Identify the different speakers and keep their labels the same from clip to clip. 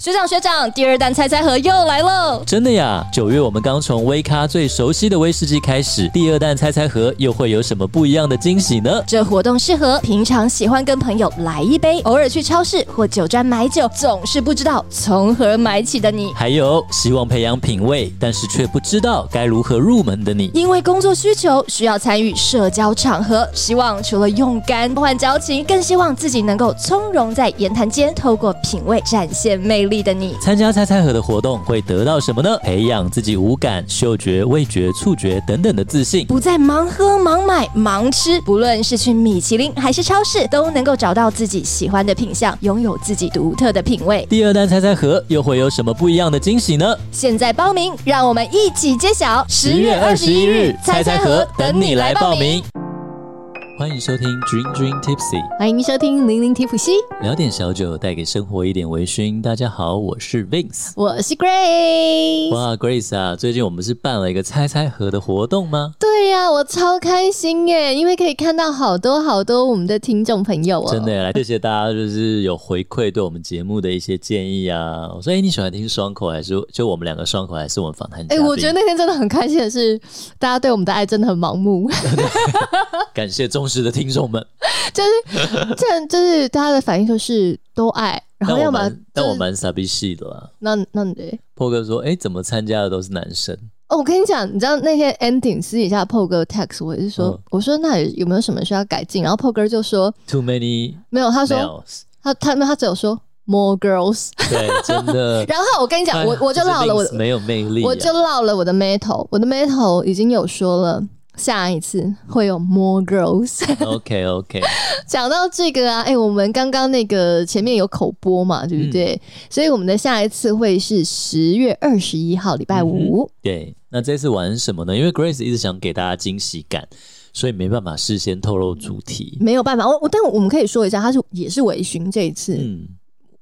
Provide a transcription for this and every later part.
Speaker 1: 学长学长，第二弹猜猜盒又来喽！
Speaker 2: 真的呀！九月我们刚从威咖最熟悉的威士忌开始，第二弹猜猜盒又会有什么不一样的惊喜呢？
Speaker 1: 这活动适合平常喜欢跟朋友来一杯，偶尔去超市或酒庄买酒，总是不知道从何买起的你，
Speaker 2: 还有希望培养品味，但是却不知道该如何入门的你，
Speaker 1: 因为工作需求需要参与社交场合，希望除了用肝换交情，更希望自己能够从容在言谈间，透过品味展现魅力的你。
Speaker 2: 参加猜猜盒的活动会得到什么呢？培养自己五感、嗅觉、味觉、触觉等等的自信。
Speaker 1: 不再盲喝、盲买、盲吃，不论是去米其林还是超市，都能够找到自己喜欢的品相，拥有自己独特的品味。
Speaker 2: 第二弹猜猜盒又会有什么不一样的惊喜呢？
Speaker 1: 现在报名，让我们一起揭晓。10 21
Speaker 2: 猜猜盒等你来报。名。欢迎收听 Dream Dream Tipsy，
Speaker 3: 欢迎收听零零提普西，
Speaker 2: 聊点小酒，带给生活一点微醺。大家好，我是 Vince。
Speaker 3: 我是 Grace。
Speaker 2: 哇，Grace 啊，最近我们是办了一个猜猜盒的活动吗？
Speaker 3: 对呀、我超开心耶，因为可以看到好多好多我们的听众朋友哦。
Speaker 2: 真的耶来，谢谢大家，就是有回馈对我们节目的一些建议啊。我说，哎、你喜欢听双口还是就我们两个双口，还是我们访谈嘉
Speaker 3: 哎、
Speaker 2: 宾？
Speaker 3: 我觉得那天真的很开心的是，大家对我们的爱真的很盲 目，
Speaker 2: 感谢忠实的听众们。
Speaker 3: 就是这就是大家的反应就是都爱，然
Speaker 2: 但
Speaker 3: 后
Speaker 2: 我
Speaker 3: 要么
Speaker 2: 蛮但我
Speaker 3: 就是
Speaker 2: 蛮傻逼系的啦。
Speaker 3: 那那你的。
Speaker 2: 破哥说，哎、怎么参加的都是男生？
Speaker 3: 哦，我跟你讲，你知道那天 ending 私底下 p o 哥 text 我也是说，
Speaker 2: 嗯
Speaker 3: 我说那有有没有什么需要改进？然后 p o 哥就说
Speaker 2: Too many
Speaker 3: 没有，他说
Speaker 2: males，
Speaker 3: 他他没有，他只有说 more girls。。
Speaker 2: 对，真的
Speaker 3: 然后我跟你
Speaker 2: 哎
Speaker 3: 讲，我我就
Speaker 2: 落
Speaker 3: 落了我的
Speaker 2: 没有魅力啊、
Speaker 3: 我就落了我的 metal，我的 metal 已经有说了。下一次会有 more girls。
Speaker 2: OK OK，
Speaker 3: 讲到这个啊，哎、我们刚刚那个前面有口播嘛，对不
Speaker 2: 嗯
Speaker 3: 对？所以我们的下一次会是十月二十一号，礼拜五。
Speaker 2: 对。那这次玩什么呢？因为 Grace 一直想给大家惊喜感，所以没办法事先透露主题。
Speaker 3: 没有办法，我我但我们可以说一下，它是也是微醺这一次
Speaker 2: 嗯，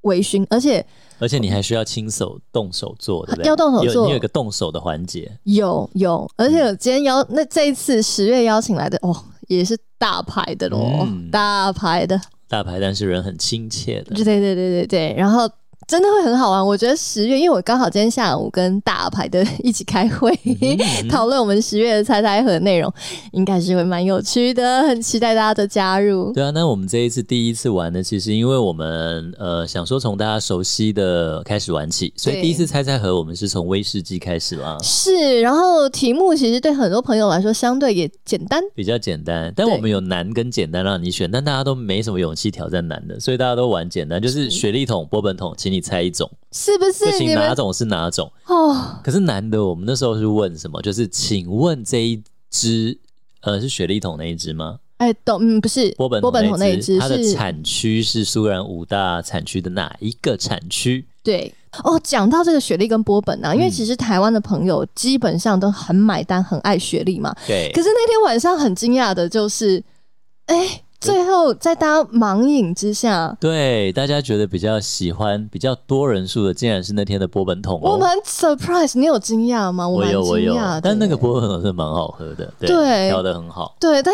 Speaker 3: 微醺，而且
Speaker 2: 而且你还需要亲手动手做，对不对？
Speaker 3: 啊要动手
Speaker 2: 有
Speaker 3: 做
Speaker 2: 你有一个动手的环节。
Speaker 3: 有有，而且
Speaker 2: 嗯
Speaker 3: 今天邀那这一次十月邀请来的哦，也是大牌的咯，
Speaker 2: 嗯
Speaker 3: 大牌的，
Speaker 2: 大排档是人很亲切的，
Speaker 3: 对对对对对，然后真的会很好玩。我觉得十月，因为我刚好今天下午跟大牌的 一起开会，
Speaker 2: 嗯
Speaker 3: 讨论我们十月的猜猜盒内容，应该是会蛮有趣的，很期待大家的加入。
Speaker 2: 对啊，那我们这一次第一次玩呢，其实因为我们呃想说从大家熟悉的开始玩起，所以
Speaker 3: 对
Speaker 2: 第一次猜猜盒我们是从威士忌开始啦，
Speaker 3: 是，然后题目其实对很多朋友来说相对也简单，
Speaker 2: 比较简单。但
Speaker 3: 对
Speaker 2: 我们有难跟简单让你选，但大家都没什么勇气挑战难的，所以大家都玩简单，就是雪莉桶、波本桶，请你猜一种，
Speaker 3: 是不是
Speaker 2: 就？请
Speaker 3: 你
Speaker 2: 哪
Speaker 3: 们
Speaker 2: 种是哪种。
Speaker 3: 哦，
Speaker 2: 可是难的，我们那时候是问什么？就是请问这一支呃是雪莉桶那一支吗？
Speaker 3: 哎，懂，嗯，不是
Speaker 2: 波本
Speaker 3: 波本桶那一只
Speaker 2: 它的
Speaker 3: 是
Speaker 2: 产区是苏格兰五大产区的哪一个产区？
Speaker 3: 对。哦，讲到这个雪莉跟波本啊，
Speaker 2: 嗯
Speaker 3: 因为其实台湾的朋友基本上都很买单，很爱雪莉嘛。
Speaker 2: 对，
Speaker 3: 可是那天晚上很惊讶的就是，哎、最后在大家盲饮之下，
Speaker 2: 对，大家觉得比较喜欢、比较多人数的，竟然是那天的波本桶
Speaker 3: 我
Speaker 2: 哦。
Speaker 3: 蛮 surprise。你有惊讶吗？
Speaker 2: 我
Speaker 3: 蛮
Speaker 2: 有我
Speaker 3: 惊
Speaker 2: 有
Speaker 3: 讶的。，
Speaker 2: 但那个波本桶是蛮好喝的，
Speaker 3: 对
Speaker 2: 调的很好。
Speaker 3: 对，但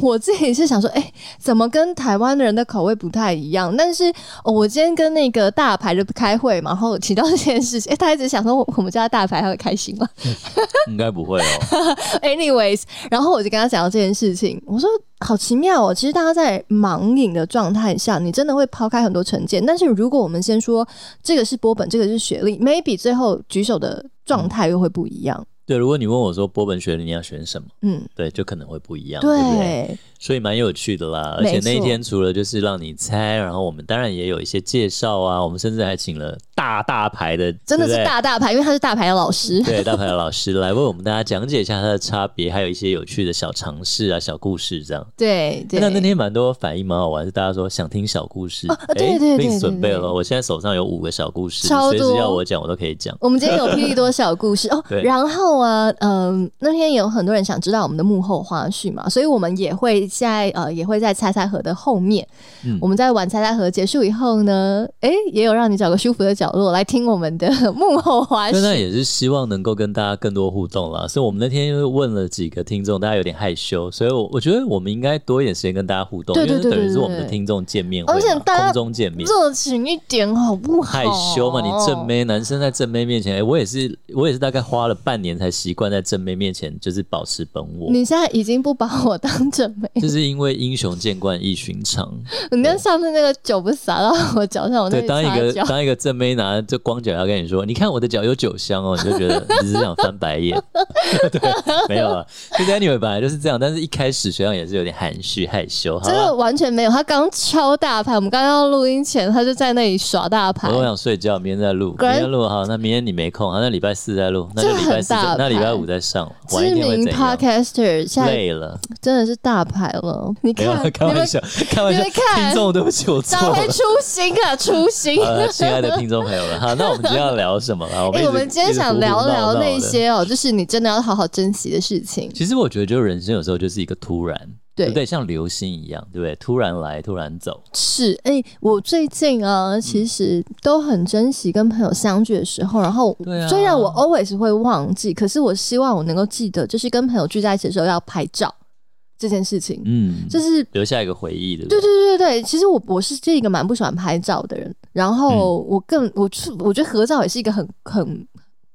Speaker 3: 我自己是想说，哎、怎么跟台湾人的口味不太一样？但是、哦我今天跟那个大牌的开会嘛，然后提到这件事情，哎、他一直想说，我我们家大牌他会开心吗？
Speaker 2: 应该不会哦。
Speaker 3: Anyways，然后我就跟他讲到这件事情，我说好奇妙哦，其实大家在盲饮的状态下，你真的会抛开很多成见。但是如果我们先说这个是波本，这个是雪莉，maybe 最后举手的状态又会不一样。
Speaker 2: 对，如果你问我说波本雪莉你要选什么，
Speaker 3: 嗯，
Speaker 2: 对，就可能会不一样，哦对不对？
Speaker 3: 对，
Speaker 2: 所以蛮有趣的啦。而
Speaker 3: 没
Speaker 2: 且那一
Speaker 3: 错
Speaker 2: 天除了就是让你猜，然后我们当然也有一些介绍啊，我们甚至还请了大大牌的，
Speaker 3: 真的
Speaker 2: 对不
Speaker 3: 是
Speaker 2: 对
Speaker 3: 大大牌，因为他是大牌的老师。
Speaker 2: 对大牌的老师来为我们大家讲解一下它的差别，还有一些有趣的小尝试啊、小故事这样。
Speaker 3: 对对，
Speaker 2: 那那天蛮多反应蛮好玩，是大家说想听小故事，
Speaker 3: 啊对
Speaker 2: 诶
Speaker 3: 对对
Speaker 2: Vince
Speaker 3: 对
Speaker 2: 准备
Speaker 3: 对
Speaker 2: 了，我现在手上有五个小故事，
Speaker 3: 超
Speaker 2: 随时
Speaker 3: 多
Speaker 2: 要我讲我都可以讲。
Speaker 3: 我们今天有霹雳多小故 事哦
Speaker 2: 对，
Speaker 3: 然后啊，嗯、那天有很多人想知道我们的幕后花絮嘛，所以我们也会在呃，也会在猜猜盒的后面，
Speaker 2: 嗯
Speaker 3: 我们在玩猜猜盒结束以后呢，诶，也有让你找个舒服的角角落来听我们的幕后花
Speaker 2: 那那
Speaker 3: 絮。
Speaker 2: 也是希望能够跟大家更多互动啦。所以我们那天因为问了几个听众，大家有点害羞，所以我我觉得我们应该多一点时间跟大家互动，
Speaker 3: 对对
Speaker 2: 因为这
Speaker 3: 对
Speaker 2: 等于
Speaker 3: 对
Speaker 2: 是
Speaker 3: 对
Speaker 2: 我们的听众见面会嘛，
Speaker 3: 而且大家
Speaker 2: 空中见面。
Speaker 3: 热情一点好不好？
Speaker 2: 害羞嘛，你正妹男生在正妹面前，哎、我也是，我也是大概花了半年才习惯在正妹面前就是保持本我，
Speaker 3: 你现在已经不把我当正 妹，
Speaker 2: 就是因为英雄见惯亦寻常，
Speaker 3: 你看上次那个酒不是洒到我脚上，我在
Speaker 2: 对，当一
Speaker 3: 擦
Speaker 2: 个
Speaker 3: 脚。
Speaker 2: 当一个正妹拿这光脚要跟你说，你看我的脚有酒香哦，你就觉得你只是想翻白眼。 对，没有啊，就是 anyway 本来就是这样，但是一开始学长也是有点含蓄害羞，好
Speaker 3: 真的
Speaker 2: 吧。
Speaker 3: 完全没有，他刚敲大牌，我们刚刚要录音前，他就在那里耍大牌
Speaker 2: 我，都想睡觉，明天再录，
Speaker 3: 果
Speaker 2: 明
Speaker 3: 然
Speaker 2: 天录好，那明天你没空，好，那礼拜四再录，那就礼拜四
Speaker 3: 这
Speaker 2: 再，
Speaker 3: 很大
Speaker 2: 那礼拜
Speaker 3: 牌
Speaker 2: 五再上，晚一
Speaker 3: 知
Speaker 2: 天会
Speaker 3: 名
Speaker 2: 怎样？
Speaker 3: podcaster 现在
Speaker 2: 累了，
Speaker 3: 真的是大牌了。你
Speaker 2: 没有啊
Speaker 3: 看，
Speaker 2: 开
Speaker 3: 你
Speaker 2: 玩
Speaker 3: 们
Speaker 2: 笑，开玩笑，
Speaker 3: 你们看
Speaker 2: 听众对不起，我错
Speaker 3: 找
Speaker 2: 了
Speaker 3: 回。初心啊，初心！
Speaker 2: 好了，亲爱的听众朋友们，好，那我们今天要聊什么啊？呃我
Speaker 3: 哎、
Speaker 2: 们一
Speaker 3: 我
Speaker 2: 直
Speaker 3: 们今天
Speaker 2: 一直
Speaker 3: 想
Speaker 2: 胡胡
Speaker 3: 聊
Speaker 2: 闹
Speaker 3: 聊
Speaker 2: 闹
Speaker 3: 那
Speaker 2: 的
Speaker 3: 些哦，就是你真的要好好珍惜的事情。
Speaker 2: 其实我觉得，就人生有时候就是一个突然，对
Speaker 3: 对
Speaker 2: 不对？像流星一样，对不对？突然来，突然走。
Speaker 3: 是，哎、我最近
Speaker 2: 嗯
Speaker 3: 啊，其实都很珍惜跟朋友相聚的时候。然后
Speaker 2: 对啊，
Speaker 3: 虽然我 always 会忘记，可是我希望我能够记得，就是跟朋友聚在一起的时候要拍照这件事情。
Speaker 2: 嗯，
Speaker 3: 就是
Speaker 2: 留下一个回忆，对不
Speaker 3: 对
Speaker 2: 对？
Speaker 3: 对对对，其实我我是这个蛮不喜欢拍照的人，然后
Speaker 2: 嗯
Speaker 3: 我更我是我觉得合照也是一个很很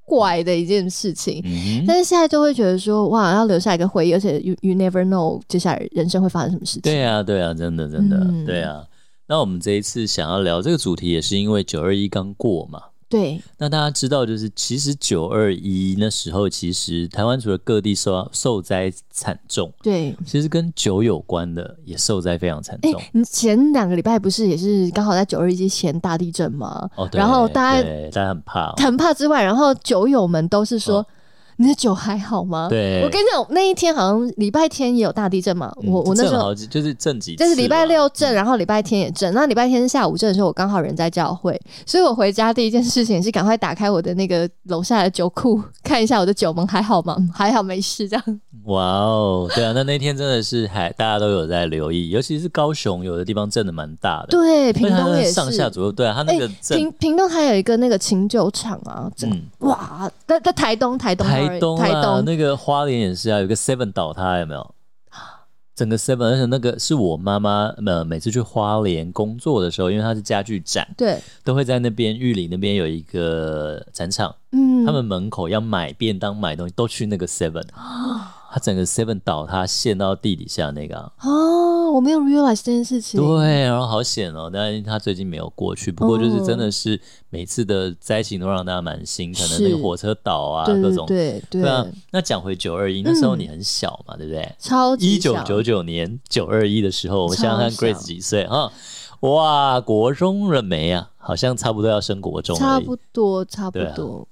Speaker 3: 怪的一件事情。
Speaker 2: 嗯哼，
Speaker 3: 但是现在就会觉得说，哇，要留下一个回忆，而且 you you never know 接下来人生会发生什么事情。
Speaker 2: 对啊，对啊，真的，真的，
Speaker 3: 嗯
Speaker 2: 对啊。那我们这一次想要聊这个主题，也是因为九二一刚过嘛。
Speaker 3: 对
Speaker 2: 那大家知道，就是其实九二一那时候，其实台湾除了各地受受灾惨重，
Speaker 3: 对，
Speaker 2: 其实跟酒有关的也受灾非常惨
Speaker 3: 哎、
Speaker 2: 重。
Speaker 3: 你前两个礼拜不是也是刚好在九二一之前大地震吗？
Speaker 2: 哦，对
Speaker 3: 然后大家
Speaker 2: 对大家很怕、哦，
Speaker 3: 很怕之外，然后酒友们都是说。
Speaker 2: 哦
Speaker 3: 你的酒还好吗？
Speaker 2: 对
Speaker 3: 我跟你讲，那一天好像礼拜天也有大地震嘛。
Speaker 2: 嗯
Speaker 3: 我我
Speaker 2: 就
Speaker 3: 那
Speaker 2: 震
Speaker 3: 时候
Speaker 2: 好几就是震几次嗯
Speaker 3: 但
Speaker 2: 嘛，
Speaker 3: 是礼拜六正，然后礼拜天也正。那礼拜天下午正的时候，我刚好人在教会，所以我回家第一件事情是赶快打开我的那个楼下的酒库，看一下我的酒门还好吗？嗯还好没事，这样。
Speaker 2: 哇哦，对啊，那那天真的是还大家都有在留意，尤其是高雄有的地方震的蛮大的，
Speaker 3: 对，
Speaker 2: 而且
Speaker 3: 屏
Speaker 2: 它
Speaker 3: 东
Speaker 2: 的
Speaker 3: 也
Speaker 2: 上下
Speaker 3: 是。
Speaker 2: 左右，对啊，它那
Speaker 3: 哎
Speaker 2: 个，震，
Speaker 3: 屏屏东还有一个那个琴酒厂啊，这
Speaker 2: 嗯，
Speaker 3: 哇，那那台东台东
Speaker 2: 台东
Speaker 3: 台
Speaker 2: 啊，
Speaker 3: 东，
Speaker 2: 那个花莲也是啊，有个 Seven 倒塌有没有？整个 Seven，而且那个是我妈妈呃每次去花莲工作的时候，因为它是家具展，
Speaker 3: 对，
Speaker 2: 都会在那边玉里那边有一个展场，
Speaker 3: 嗯，
Speaker 2: 他们门口要买便当买东西都去那个 Seven，它整个 Seven 倒塌陷到地底下那个、啊。
Speaker 3: 哦，我没有 realize 这件事情，
Speaker 2: 对，然后好险哦，但是他最近没有过去。不过就是真的是每次的灾情都让大家蛮心疼的，
Speaker 3: 哦是
Speaker 2: 那个火车岛啊，
Speaker 3: 对
Speaker 2: 各
Speaker 3: 对
Speaker 2: 种。
Speaker 3: 对嗯
Speaker 2: 对啊，那讲回九二一，那时候你很小嘛，对不对？
Speaker 3: 超级
Speaker 2: 一九
Speaker 3: 小
Speaker 2: 九九年九二一的时候，我们想想看
Speaker 3: 超小
Speaker 2: Grace 几岁哈？哇，国中了没啊？好像差不多要升国中
Speaker 3: 差
Speaker 2: 了。
Speaker 3: 不多差不
Speaker 2: 对啊
Speaker 3: 多，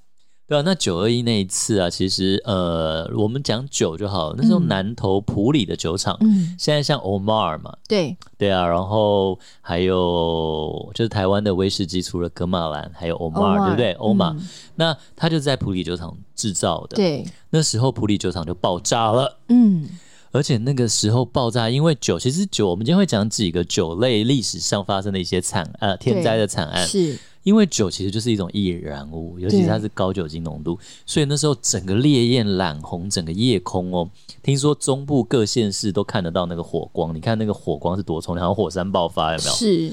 Speaker 2: 对啊，那九二一那一次啊，其实呃，我们讲酒就好了。那时候
Speaker 3: 嗯
Speaker 2: 南投埔里的酒厂，
Speaker 3: 嗯，
Speaker 2: 现在像 Omar 嘛，
Speaker 3: 对，
Speaker 2: 对啊，然后还有就是台湾的威士忌，除了格马兰，还有欧马尔，对不对？欧马、
Speaker 3: 嗯
Speaker 2: 那它就是在普里酒厂制造的。，
Speaker 3: 对，
Speaker 2: 那时候普里酒厂就爆炸了，
Speaker 3: 嗯。
Speaker 2: 而且那个时候爆炸，因为酒，其实酒，我们今天会讲几个酒类历史上发生的一些惨呃天灾的惨案，
Speaker 3: 是
Speaker 2: 因为酒其实就是一种易燃物，尤其是它是高酒精浓度，所以那时候整个烈焰染红整个夜空哦。听说中部各县市都看得到那个火光，你看那个火光是多冲，好像火山爆发有嗯没有？
Speaker 3: 是，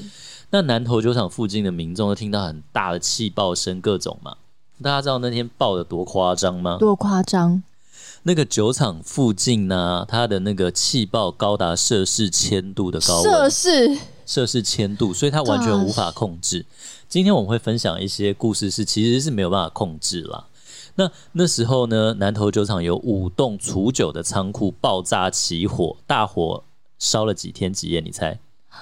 Speaker 2: 那南投酒厂附近的民众都听到很大的气爆声，各种嘛。大家知道那天爆的多夸张吗？
Speaker 3: 多夸张！
Speaker 2: 那个酒厂附近呢、它的那个气爆高达摄氏千度的高
Speaker 3: 摄
Speaker 2: 温，
Speaker 3: 氏
Speaker 2: 摄氏千度，所以它完全无法控制。今天我们会分享一些故事是其实是没有办法控制啦。那那时候呢，南投酒厂有五栋储酒的仓库爆炸起火，大火烧了几天几夜？你猜？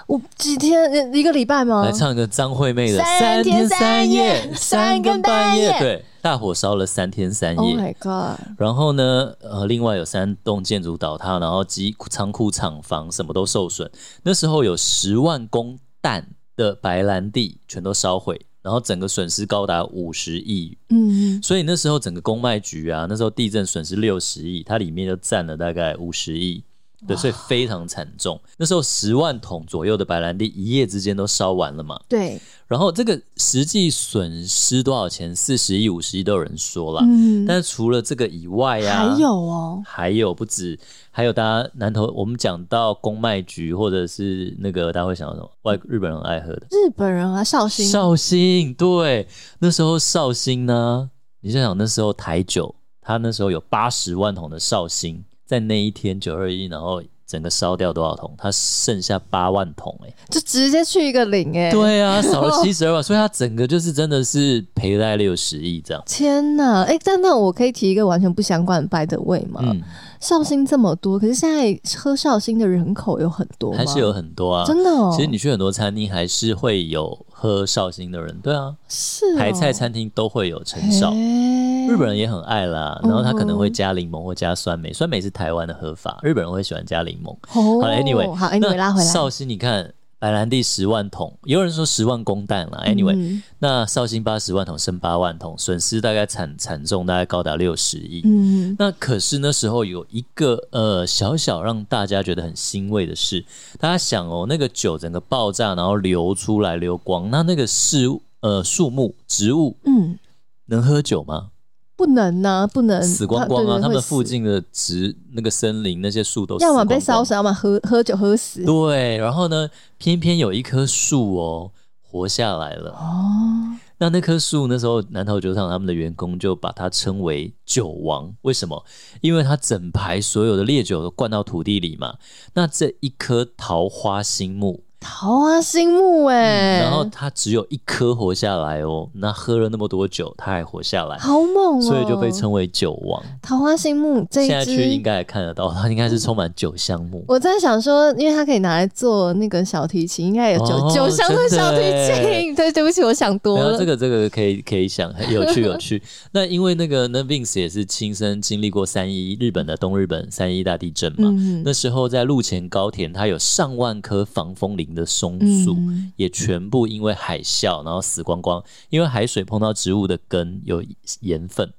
Speaker 3: 我几天呃一个礼拜吗
Speaker 2: 来？唱一个张惠妹的《
Speaker 3: 三
Speaker 2: 天
Speaker 3: 天
Speaker 2: 三
Speaker 3: 三夜
Speaker 2: 三
Speaker 3: 三
Speaker 2: 更
Speaker 3: 更
Speaker 2: 半
Speaker 3: 半夜
Speaker 2: 对，大火烧了三天三
Speaker 3: Oh
Speaker 2: 夜。
Speaker 3: my god！
Speaker 2: 然后呢，呃，另外有三栋建筑倒塌，然后机仓库、厂房什么都受损。那时候有十万公担的白兰地全都烧毁，然后整个损失高达五十亿。
Speaker 3: 嗯，
Speaker 2: 所以那时候整个公卖局啊，那时候地震损失六十亿，它里面就占了大概五十亿。对，所以非常惨重。那时候十万桶左右的白兰地一夜之间都烧完了嘛。
Speaker 3: 对，
Speaker 2: 然后这个实际损失多少钱？四十亿、五十亿都有人说了。
Speaker 3: 嗯，
Speaker 2: 但是除了这个以外啊，
Speaker 3: 还有哦，
Speaker 2: 还有不止，还有大家南投，我们讲到公卖局或者是那个大家会想到什么？外日本人很爱喝的
Speaker 3: 日本人啊，绍兴
Speaker 2: 绍兴，对，那时候绍兴呢，你想想那时候台酒，它那时候有八十万桶的绍兴，在那一天九二一，然后整个烧掉多少桶？它剩下八万桶、欸，
Speaker 3: 就直接去一个零哎、
Speaker 2: 对啊，少了七十二万，所以它整个就是真的是赔了六十亿这样。
Speaker 3: 天呐，哎、但那我可以提一个完全不相关的 by the way 吗？
Speaker 2: 嗯，
Speaker 3: 绍兴这么多，可是现在喝绍兴的人口有很多吗？
Speaker 2: 还是有很多啊，
Speaker 3: 真的哦，
Speaker 2: 其实你去很多餐厅还是会有喝绍兴的人，对啊，
Speaker 3: 是、哦、
Speaker 2: 台菜餐厅都会有陈绍，
Speaker 3: 哎
Speaker 2: 日本人也很爱啦。然后他可能会加柠檬或加酸梅，酸梅是台湾的喝法，日本人会喜欢加柠檬。
Speaker 3: 哦，
Speaker 2: 好了，anyway，
Speaker 3: 好 anyway
Speaker 2: 那
Speaker 3: 拉回来，
Speaker 2: 绍兴你看。白兰地十万桶，也有人说十万公担啦。Anyway，、
Speaker 3: 嗯
Speaker 2: 那绍兴八十万桶，剩八万桶，损失大概惨惨重，大概高达六十亿。
Speaker 3: 嗯，
Speaker 2: 那可是那时候有一个呃小小让大家觉得很欣慰的事，大家想哦，那个酒整个爆炸，然后流出来流光，那那个事物呃树木植物
Speaker 3: 嗯，
Speaker 2: 能喝酒吗？
Speaker 3: 不能呐、不能
Speaker 2: 死光光
Speaker 3: 对
Speaker 2: 啊！
Speaker 3: 呃对
Speaker 2: 他
Speaker 3: 会
Speaker 2: 们
Speaker 3: 死
Speaker 2: 附近的植那个森林那些树都死
Speaker 3: 要么
Speaker 2: 光
Speaker 3: 被
Speaker 2: 光
Speaker 3: 烧死，要么喝喝酒喝死。
Speaker 2: 对，然后呢，偏偏有一棵树哦活下来了。
Speaker 3: 哦，
Speaker 2: 那那棵树那时候南头酒厂他们的员工就把它称为酒王，为什么？因为它整排所有的烈酒都灌到土地里嘛。那这一棵桃花心木，
Speaker 3: 桃花心木哎、
Speaker 2: 嗯然后它只有一棵活下来哦。那喝了那么多酒，它还活下来，
Speaker 3: 好猛哦，
Speaker 2: 所以就被称为酒王。
Speaker 3: 桃花心木这一
Speaker 2: 现在去应
Speaker 3: 支。
Speaker 2: 该也看得到，它应该是充满酒香木。
Speaker 3: 我在想说，因为它可以拿来做那个小提琴，应该有酒、
Speaker 2: 哦
Speaker 3: 酒香的小提
Speaker 2: 真的耶
Speaker 3: 琴。 对，对不起，我想多
Speaker 2: 然
Speaker 3: 了。
Speaker 2: 后这个这个可以可以想，很有趣有 趣。那因为那个那 Vince 也是亲身经历过三一日本的东日本三一大地震嘛，
Speaker 3: 嗯
Speaker 2: 那时候在陆前高田，它有上万棵防风林的松树，
Speaker 3: 嗯
Speaker 2: 也全部因为海啸然后死光光，因为海水碰到植物的根有盐分，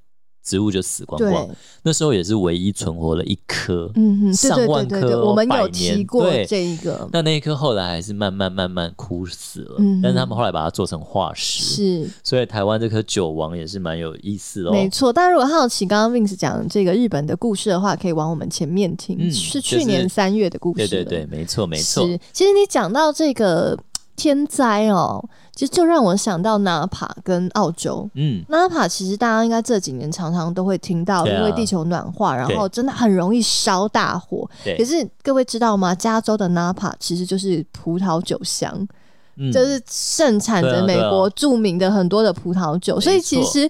Speaker 2: 植物就死光光
Speaker 3: 对。
Speaker 2: 那时候也是唯一存活了一棵，
Speaker 3: 嗯哼，对
Speaker 2: 上
Speaker 3: 对对
Speaker 2: 万
Speaker 3: 对
Speaker 2: 棵
Speaker 3: 对，
Speaker 2: 哦，
Speaker 3: 我们有
Speaker 2: 百年
Speaker 3: 提过
Speaker 2: 对
Speaker 3: 这一个，
Speaker 2: 那那一棵后来还是慢慢慢慢枯死了，
Speaker 3: 嗯
Speaker 2: 但是他们后来把它做成化石，
Speaker 3: 是
Speaker 2: 所以台湾这棵酒王也是蛮有意思的哦。
Speaker 3: 没错。但如果好奇刚刚 Vince 讲这个日本的故事的话，可以往我们前面听，
Speaker 2: 嗯
Speaker 3: 是
Speaker 2: 就
Speaker 3: 去
Speaker 2: 是
Speaker 3: 年三月的故事
Speaker 2: 对
Speaker 3: 了。
Speaker 2: 对对，没错没错。
Speaker 3: 是，其实你讲到这个天灾哦，其实就让我想到 Napa 跟澳洲。
Speaker 2: 嗯，
Speaker 3: Napa 其实大家应该这几年常常都会听到，
Speaker 2: 对啊
Speaker 3: 因为地球暖化，然
Speaker 2: 对
Speaker 3: 后真的很容易烧大火。
Speaker 2: 对
Speaker 3: 可，是各位知道吗？加州的 Napa 其实就是葡萄酒乡，
Speaker 2: 嗯
Speaker 3: 就是盛产
Speaker 2: 对
Speaker 3: 着
Speaker 2: 啊
Speaker 3: 美
Speaker 2: 对啊
Speaker 3: 国著名的很多的葡萄酒，
Speaker 2: 啊
Speaker 3: 所以其
Speaker 2: 错
Speaker 3: 实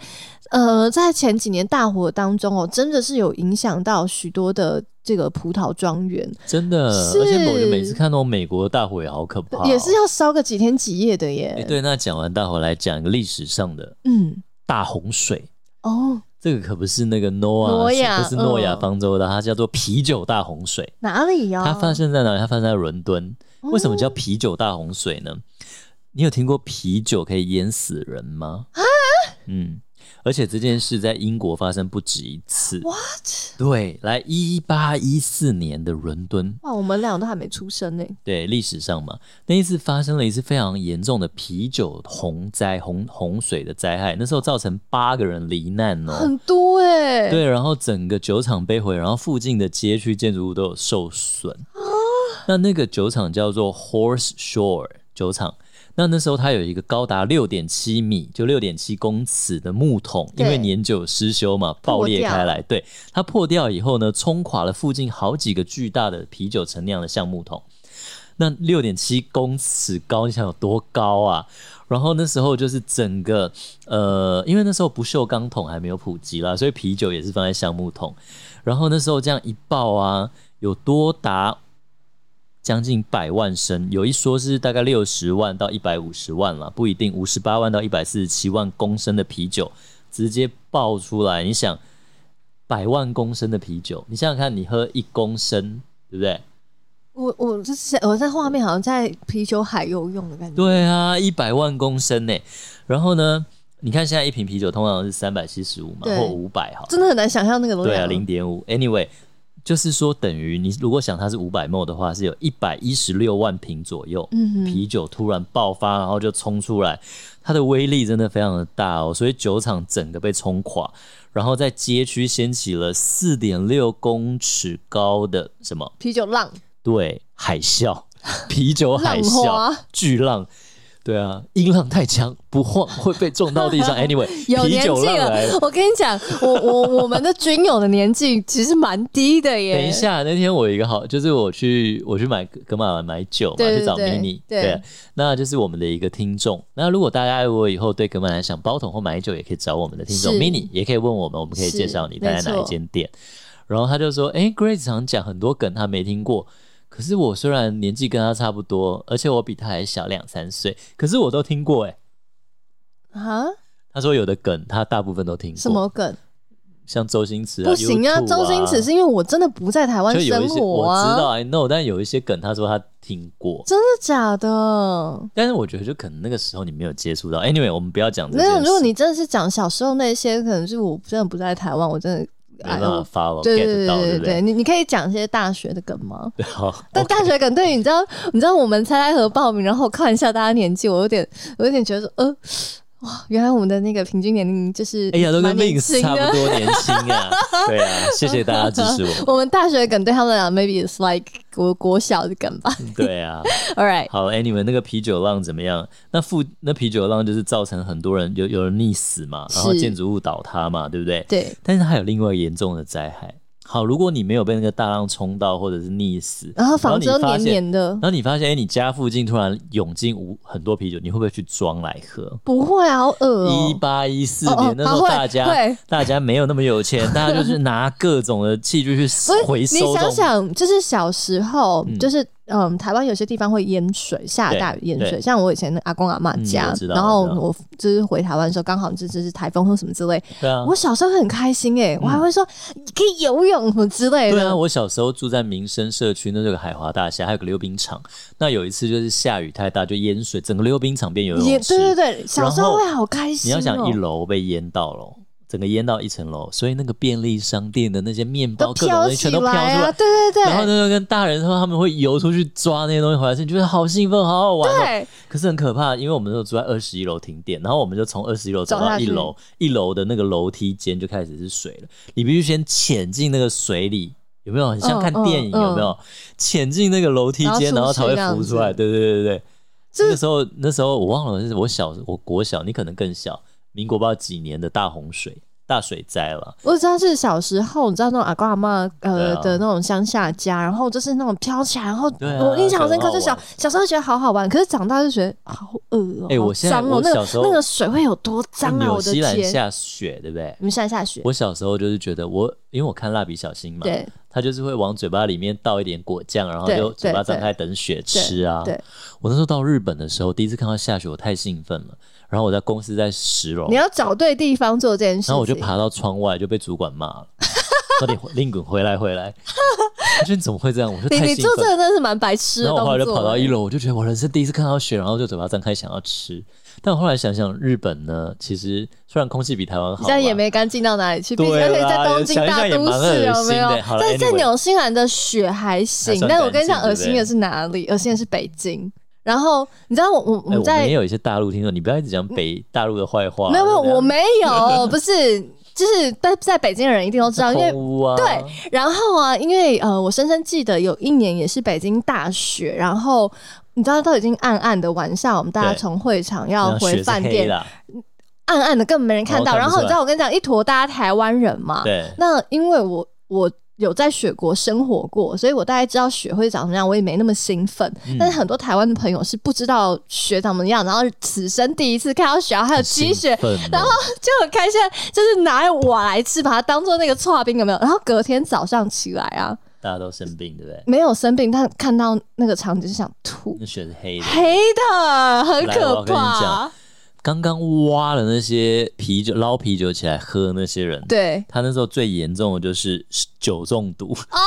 Speaker 3: 呃，在前几年大火当中哦，真的是有影响到许多的这个葡萄庄园，
Speaker 2: 真的，
Speaker 3: 是
Speaker 2: 而且我就每次看到美国大火也好可怕哦、
Speaker 3: 也是要烧个几天几夜的
Speaker 2: 哎
Speaker 3: 耶。
Speaker 2: 对，那讲完大火来讲一个历史上的
Speaker 3: 嗯，
Speaker 2: 大洪水，
Speaker 3: 哦，这
Speaker 2: 这个可不是那个诺亚，
Speaker 3: 诺亚
Speaker 2: 不是诺亚
Speaker 3: 嗯
Speaker 2: 方舟的，它叫做啤酒大洪水。
Speaker 3: 哪里呀、
Speaker 2: 它发生在哪里？它发生在伦敦。
Speaker 3: 哦
Speaker 2: 为什么叫啤酒大洪水呢？你有听过啤酒可以淹死人吗？啊，嗯，而且这件事在英国发生不止一次。
Speaker 3: ？What？
Speaker 2: 对，来一八一四年的伦敦，
Speaker 3: 哇，我们俩都还没出生呢。
Speaker 2: 对历史上嘛，那一次发生了一次非常严重的啤酒洪灾、洪洪水的灾害，那时候造成八个人罹难哦。
Speaker 3: 很多哎、
Speaker 2: 对，然后整个酒厂被毁，然后附近的街区建筑物都有受损。
Speaker 3: 啊
Speaker 2: 那那个酒厂叫做 Horse Shore 酒厂。那那时候它有一个高达六点七米，就六点七公尺的木桶，因
Speaker 3: 对
Speaker 2: 为年久失修嘛，爆裂开来。对，它破掉以后呢，冲垮了附近好几个巨大的啤酒陈酿的橡木桶。那六点七公尺高，你想有多高啊？然后那时候就是整个呃，因为那时候不锈钢桶还没有普及啦，所以啤酒也是放在橡木桶。然后那时候这样一爆啊，有多达将近百万升，有一说是大概六十万到一百五十万啦，不一定，五十八万到一百四十七万公升的啤酒直接爆出来。你想，百万公升的啤酒，你想想看，你喝一公升，对不对？
Speaker 3: 我我这是我在画面好像在啤酒海游泳的感觉。
Speaker 2: 对啊，一百万公升呢。然后呢，你看现在一瓶啤酒通常是三百七十五嘛，
Speaker 3: 对
Speaker 2: 或五百哈，
Speaker 3: 真的很难想象那个东西。
Speaker 2: 啊对啊，零点五。Anyway，就是说等于你如果想它是五百 ml 的话，是有一百一十六万瓶左右。
Speaker 3: 嗯哼
Speaker 2: 啤酒突然爆发，然后就冲出来，它的威力真的非常的大哦，所以酒厂整个被冲垮，然后在街区掀起了四点六公尺高的什么？
Speaker 3: 啤酒浪
Speaker 2: 对，海 啸，啤酒海
Speaker 3: 浪
Speaker 2: 啸，
Speaker 3: 花，
Speaker 2: 巨浪。对啊，音浪太强，不晃会被撞到地 上。Anyway，
Speaker 3: 有
Speaker 2: 啤
Speaker 3: 年
Speaker 2: 酒
Speaker 3: 纪
Speaker 2: 浪来了
Speaker 3: 了。。我跟你讲，我我我们的军友的年纪其实蛮低的耶。
Speaker 2: 等一，下，那天我有一个好，就是我去我去买跟妈妈买酒嘛，
Speaker 3: 对
Speaker 2: 去找
Speaker 3: 对
Speaker 2: mini，
Speaker 3: 对
Speaker 2: 那就是我们的一个听众。那如果大家如果以后对格马兰想包桶或买酒，也可以找我们的听众
Speaker 3: 是
Speaker 2: mini，也可以问我们，我们可以
Speaker 3: 是
Speaker 2: 介绍你待
Speaker 3: 没
Speaker 2: 在
Speaker 3: 错
Speaker 2: 哪一间店。然后他就说：“诶 g r a c e 常讲很多梗，他没听过。可是我虽然年纪跟他差不多，而且我比他还小两三岁，可是我都听过。”诶，
Speaker 3: 啊，
Speaker 2: 他说有的梗他大部分都听过，
Speaker 3: 什么梗？
Speaker 2: 像周星驰啊，
Speaker 3: 不行啊，
Speaker 2: YouTube
Speaker 3: 周星驰是因为我真的不在台湾
Speaker 2: 就有
Speaker 3: 生
Speaker 2: 一些
Speaker 3: 活
Speaker 2: 我知道
Speaker 3: 啊，
Speaker 2: I know，但有一些梗他说他听过，
Speaker 3: 真的假的？
Speaker 2: 但是我觉得就可能那个时候你没有接触到。Anyway，我们不要讲这
Speaker 3: 没
Speaker 2: 件
Speaker 3: 有，
Speaker 2: 事，
Speaker 3: 如果你真的是讲小时候那些，可能是我真的不在台湾，我真的
Speaker 2: 没办法
Speaker 3: 哎我
Speaker 2: follow
Speaker 3: 对对
Speaker 2: get 到，
Speaker 3: 对
Speaker 2: 不
Speaker 3: 对，
Speaker 2: 对？
Speaker 3: 你你可以讲一些大学的梗吗？
Speaker 2: 对，好，
Speaker 3: 但大学梗对你知道，你知道我们猜猜盒报名，然后我看一下大家年纪，我有点，我有点觉得说，呃，哇，原来我们的那个平均年龄就是
Speaker 2: 哎呀，都
Speaker 3: 蛮
Speaker 2: 跟
Speaker 3: 年
Speaker 2: Vince
Speaker 3: 轻
Speaker 2: 差不
Speaker 3: 的。
Speaker 2: 多年轻啊，对啊，谢谢大家支持 我，
Speaker 3: 我们大学梗对他们来讲，maybe it's like 国国小的梗 吧。
Speaker 2: 对啊。
Speaker 3: All right，
Speaker 2: 好，Anyway，那个啤酒浪怎么样？那附那啤酒浪就是造成很多人有有人溺死嘛，然后
Speaker 3: 是
Speaker 2: 建筑物倒塌嘛，对不对？
Speaker 3: 对，
Speaker 2: 但是它有另外严重的灾害。好，如果你没有被那个大浪冲到，或者是溺死，
Speaker 3: 然后房
Speaker 2: 你
Speaker 3: 子都
Speaker 2: 发
Speaker 3: 黏
Speaker 2: 现
Speaker 3: 黏的
Speaker 2: 然，后你发现，哎、你家附近突然涌进无很多啤酒，你会不会去装来喝？
Speaker 3: 不会啊，好恶
Speaker 2: 一
Speaker 3: 哦、
Speaker 2: 八一四
Speaker 3: 哦
Speaker 2: 年
Speaker 3: 哦
Speaker 2: 那时候，
Speaker 3: 啊会
Speaker 2: 大家、
Speaker 3: 会
Speaker 2: 大家没有那么有钱， 大家就是拿各种的器具去
Speaker 3: 不
Speaker 2: 回
Speaker 3: 是，
Speaker 2: 收。
Speaker 3: 你想，想，就是小时候，
Speaker 2: 嗯
Speaker 3: 就是嗯，台湾有些地方会淹水，下
Speaker 2: 对
Speaker 3: 大雨淹水。
Speaker 2: 对
Speaker 3: 像我以前的阿公阿妈
Speaker 2: 嗯
Speaker 3: 家
Speaker 2: 我，知道
Speaker 3: 然后
Speaker 2: 我知道
Speaker 3: 我就是回台湾的时候，刚好这就是台风或什么之类。
Speaker 2: 对啊
Speaker 3: 我，小时候很开心哎、我还会说你可以游泳什么之类的。
Speaker 2: 嗯对啊，我小时候住在民生社区，那这个海华大厦还有个溜冰场。那有一次就是下雨太大，就淹水，整个溜冰场变游
Speaker 3: 也
Speaker 2: 泳池。
Speaker 3: 对对对，小时候会好开
Speaker 2: 你
Speaker 3: 心、哦
Speaker 2: 要想一楼被淹到了，整个淹到一层楼，所以那个便利商店的那些面包
Speaker 3: 都
Speaker 2: 各种东
Speaker 3: 飘
Speaker 2: 西
Speaker 3: 起
Speaker 2: 全都飘出来，
Speaker 3: 啊！对对
Speaker 2: 然后
Speaker 3: 对，
Speaker 2: 呢，跟大人说他们会游出去抓那些东西回来吃，你觉得好兴奋，好好玩、哦。
Speaker 3: 对，
Speaker 2: 可是很可怕，因为我们那时候住在二十一楼停电，然后我们就从二十一楼走
Speaker 3: 走
Speaker 2: 到
Speaker 3: 下
Speaker 2: 一
Speaker 3: 去
Speaker 2: 楼，一楼的那个楼梯间就开始是水了，你必须先潜进那个水里。有没有很像看
Speaker 3: 嗯嗯
Speaker 2: 电影？有没有潜进那个楼梯间，然
Speaker 3: 然
Speaker 2: 后
Speaker 3: 后
Speaker 2: 才
Speaker 3: 出去
Speaker 2: 会浮出来？
Speaker 3: 这
Speaker 2: 对对对对对。
Speaker 3: 这
Speaker 2: 那个时候，那时候我忘了是我小，我国小，你可能更小，民国不知道几年的大洪水、大水灾了。
Speaker 3: 我知道是小时候，你知道那种阿公阿妈
Speaker 2: 对
Speaker 3: 呃、
Speaker 2: 啊
Speaker 3: 的那种乡下家，然后就是那种飘起来，然后
Speaker 2: 对啊
Speaker 3: 我印象好深刻，
Speaker 2: 觉得
Speaker 3: 就
Speaker 2: 很好
Speaker 3: 小小
Speaker 2: 玩
Speaker 3: 时候觉得好好玩，可是长大就觉得好恶哦、
Speaker 2: 哎我
Speaker 3: 好
Speaker 2: 现在
Speaker 3: 脏哦、
Speaker 2: 我
Speaker 3: 那
Speaker 2: 小时候
Speaker 3: 个那个水会有多脏啊！
Speaker 2: 纽
Speaker 3: 我的
Speaker 2: 西兰
Speaker 3: 天，
Speaker 2: 下雪，对不对？
Speaker 3: 你们现在下雪，
Speaker 2: 我小时候就是觉得我，因为我看蜡笔小新嘛，
Speaker 3: 对
Speaker 2: 他就是会往嘴巴里面倒一点果酱，然后
Speaker 3: 对
Speaker 2: 就嘴巴
Speaker 3: 对
Speaker 2: 张开等雪吃啊。
Speaker 3: 对，
Speaker 2: 我那时候到日本的时候，第一次看到下雪，我太兴奋了。然后我在公司在十楼
Speaker 3: 你，要找对地方做这件事情。
Speaker 2: 然后我就爬到窗外，就被主管骂了，说你回令滚回来回来。我说你怎么会这样？我说
Speaker 3: 你
Speaker 2: 太
Speaker 3: 你
Speaker 2: 兴
Speaker 3: 做这
Speaker 2: 奋。
Speaker 3: 个真的是蛮白痴的
Speaker 2: 然后我后来
Speaker 3: 动
Speaker 2: 就
Speaker 3: 作。
Speaker 2: 跑到
Speaker 3: 欸
Speaker 2: 一楼，我就觉得我人生第一次看到雪，然后就嘴巴张开想要吃。但我后来想想，日本呢，其实虽然空气比台湾好
Speaker 3: 好
Speaker 2: 啦，
Speaker 3: 像也没干净到哪里去，毕竟
Speaker 2: 对
Speaker 3: 而且
Speaker 2: 啦
Speaker 3: 在东京
Speaker 2: 想一
Speaker 3: 大
Speaker 2: 想也
Speaker 3: 都
Speaker 2: 蛮恶
Speaker 3: 市有
Speaker 2: 心
Speaker 3: 没有
Speaker 2: 的好？了
Speaker 3: 在在
Speaker 2: ，anyway
Speaker 3: 纽西兰的雪还
Speaker 2: 还
Speaker 3: 行，
Speaker 2: 算
Speaker 3: 但我跟你
Speaker 2: 干净
Speaker 3: 讲，
Speaker 2: 对
Speaker 3: 恶
Speaker 2: 不对
Speaker 3: 心的是哪里？恶心的是北京。然后你知道我我我
Speaker 2: 哎，
Speaker 3: 们
Speaker 2: 我们
Speaker 3: 在嗯
Speaker 2: 也有一些大陆听众，你不要一直讲北大陆的坏话。
Speaker 3: 没有没有，
Speaker 2: 对不对
Speaker 3: 我没有，不是，就是在在北京的人一定都知道，因为
Speaker 2: 空屋啊，
Speaker 3: 对，然后啊，因为呃，我深深记得有一年也是北京大雪，然后。你知道都已经暗暗的，晚上我们大家
Speaker 2: 对
Speaker 3: 从会场
Speaker 2: 然
Speaker 3: 要
Speaker 2: 后雪
Speaker 3: 回
Speaker 2: 是
Speaker 3: 饭
Speaker 2: 黑
Speaker 3: 店，啊
Speaker 2: 啦，
Speaker 3: 暗暗的根本没人看
Speaker 2: 哦
Speaker 3: 到。
Speaker 2: 看不
Speaker 3: 然后
Speaker 2: 出
Speaker 3: 你知道我跟你讲，一坨大家台湾人嘛，
Speaker 2: 对，
Speaker 3: 那因为我我有在雪国生活过，所以我大概知道雪会长什么样，我也没那么兴奋。
Speaker 2: 嗯
Speaker 3: 但是很多台湾的朋友是不知道雪长什么样，然后此生第一次看到雪，然后还有积雪，
Speaker 2: 然后
Speaker 3: 就很开心，就是拿瓦来吃，把它当做那个刨冰有没有？然后隔天早上起来啊，
Speaker 2: 大家都生病，对不对？
Speaker 3: 没有生病，但看到那个场景就想吐，
Speaker 2: 那雪是黑的。
Speaker 3: 黑的很
Speaker 2: 来
Speaker 3: 可
Speaker 2: 我要跟你
Speaker 3: 怕
Speaker 2: 讲。刚刚挖了那些啤酒，捞啤酒起来喝那些人，
Speaker 3: 对，
Speaker 2: 他那时候最严重的就是酒中毒，
Speaker 3: 哦，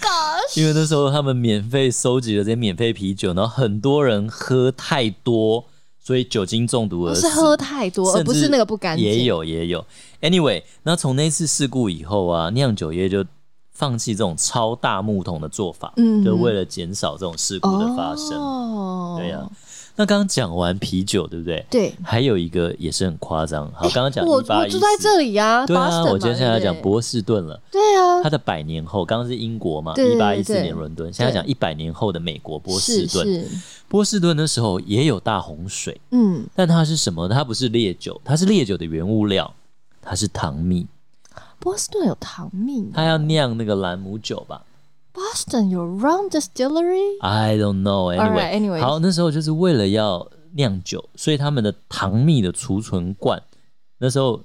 Speaker 3: 搞
Speaker 2: 因为那时候他们免费收集了这些免费啤酒，然后很多人喝太多，所以酒精中毒而 死。
Speaker 3: 哦是喝太多，而
Speaker 2: 甚
Speaker 3: 不是
Speaker 2: 至
Speaker 3: 那个不干净。
Speaker 2: 也有也有。Anyway，那从那次事故以后啊，酿酒业就放弃这种超大木桶的做法，
Speaker 3: 嗯
Speaker 2: 就为了减少这种事故的发生。
Speaker 3: 哦，
Speaker 2: 对呀、啊那刚刚讲完啤酒，对不对？
Speaker 3: 对，
Speaker 2: 还有一个也是很夸张。好，刚刚讲
Speaker 3: 我
Speaker 2: 一八
Speaker 3: 我
Speaker 2: 一
Speaker 3: 住在这里呀、
Speaker 2: 对啊，
Speaker 3: Boston 嘛
Speaker 2: 我接下来讲
Speaker 3: 对不
Speaker 2: 博士顿了。
Speaker 3: 对对啊，
Speaker 2: 它的百年后，刚刚是英国嘛，
Speaker 3: 对
Speaker 2: 一八
Speaker 3: 对
Speaker 2: 一四
Speaker 3: 对
Speaker 2: 年伦敦，现在
Speaker 3: 对
Speaker 2: 讲一百年后的美国波士
Speaker 3: 是
Speaker 2: 顿。
Speaker 3: 是，
Speaker 2: 波士顿那时候也有大洪水，
Speaker 3: 嗯，
Speaker 2: 但它是什么？它不是烈酒，它是烈酒的原物料，它是糖蜜。
Speaker 3: 波士顿有糖蜜
Speaker 2: 它要酿那个兰姆酒吧
Speaker 3: ，Boston 有 Rum Distillery，
Speaker 2: ？I don't know.
Speaker 3: All
Speaker 2: Anyway，、
Speaker 3: right, anyways
Speaker 2: 好，那时候就是为了要酿酒，所以他们的糖蜜的储存罐那时候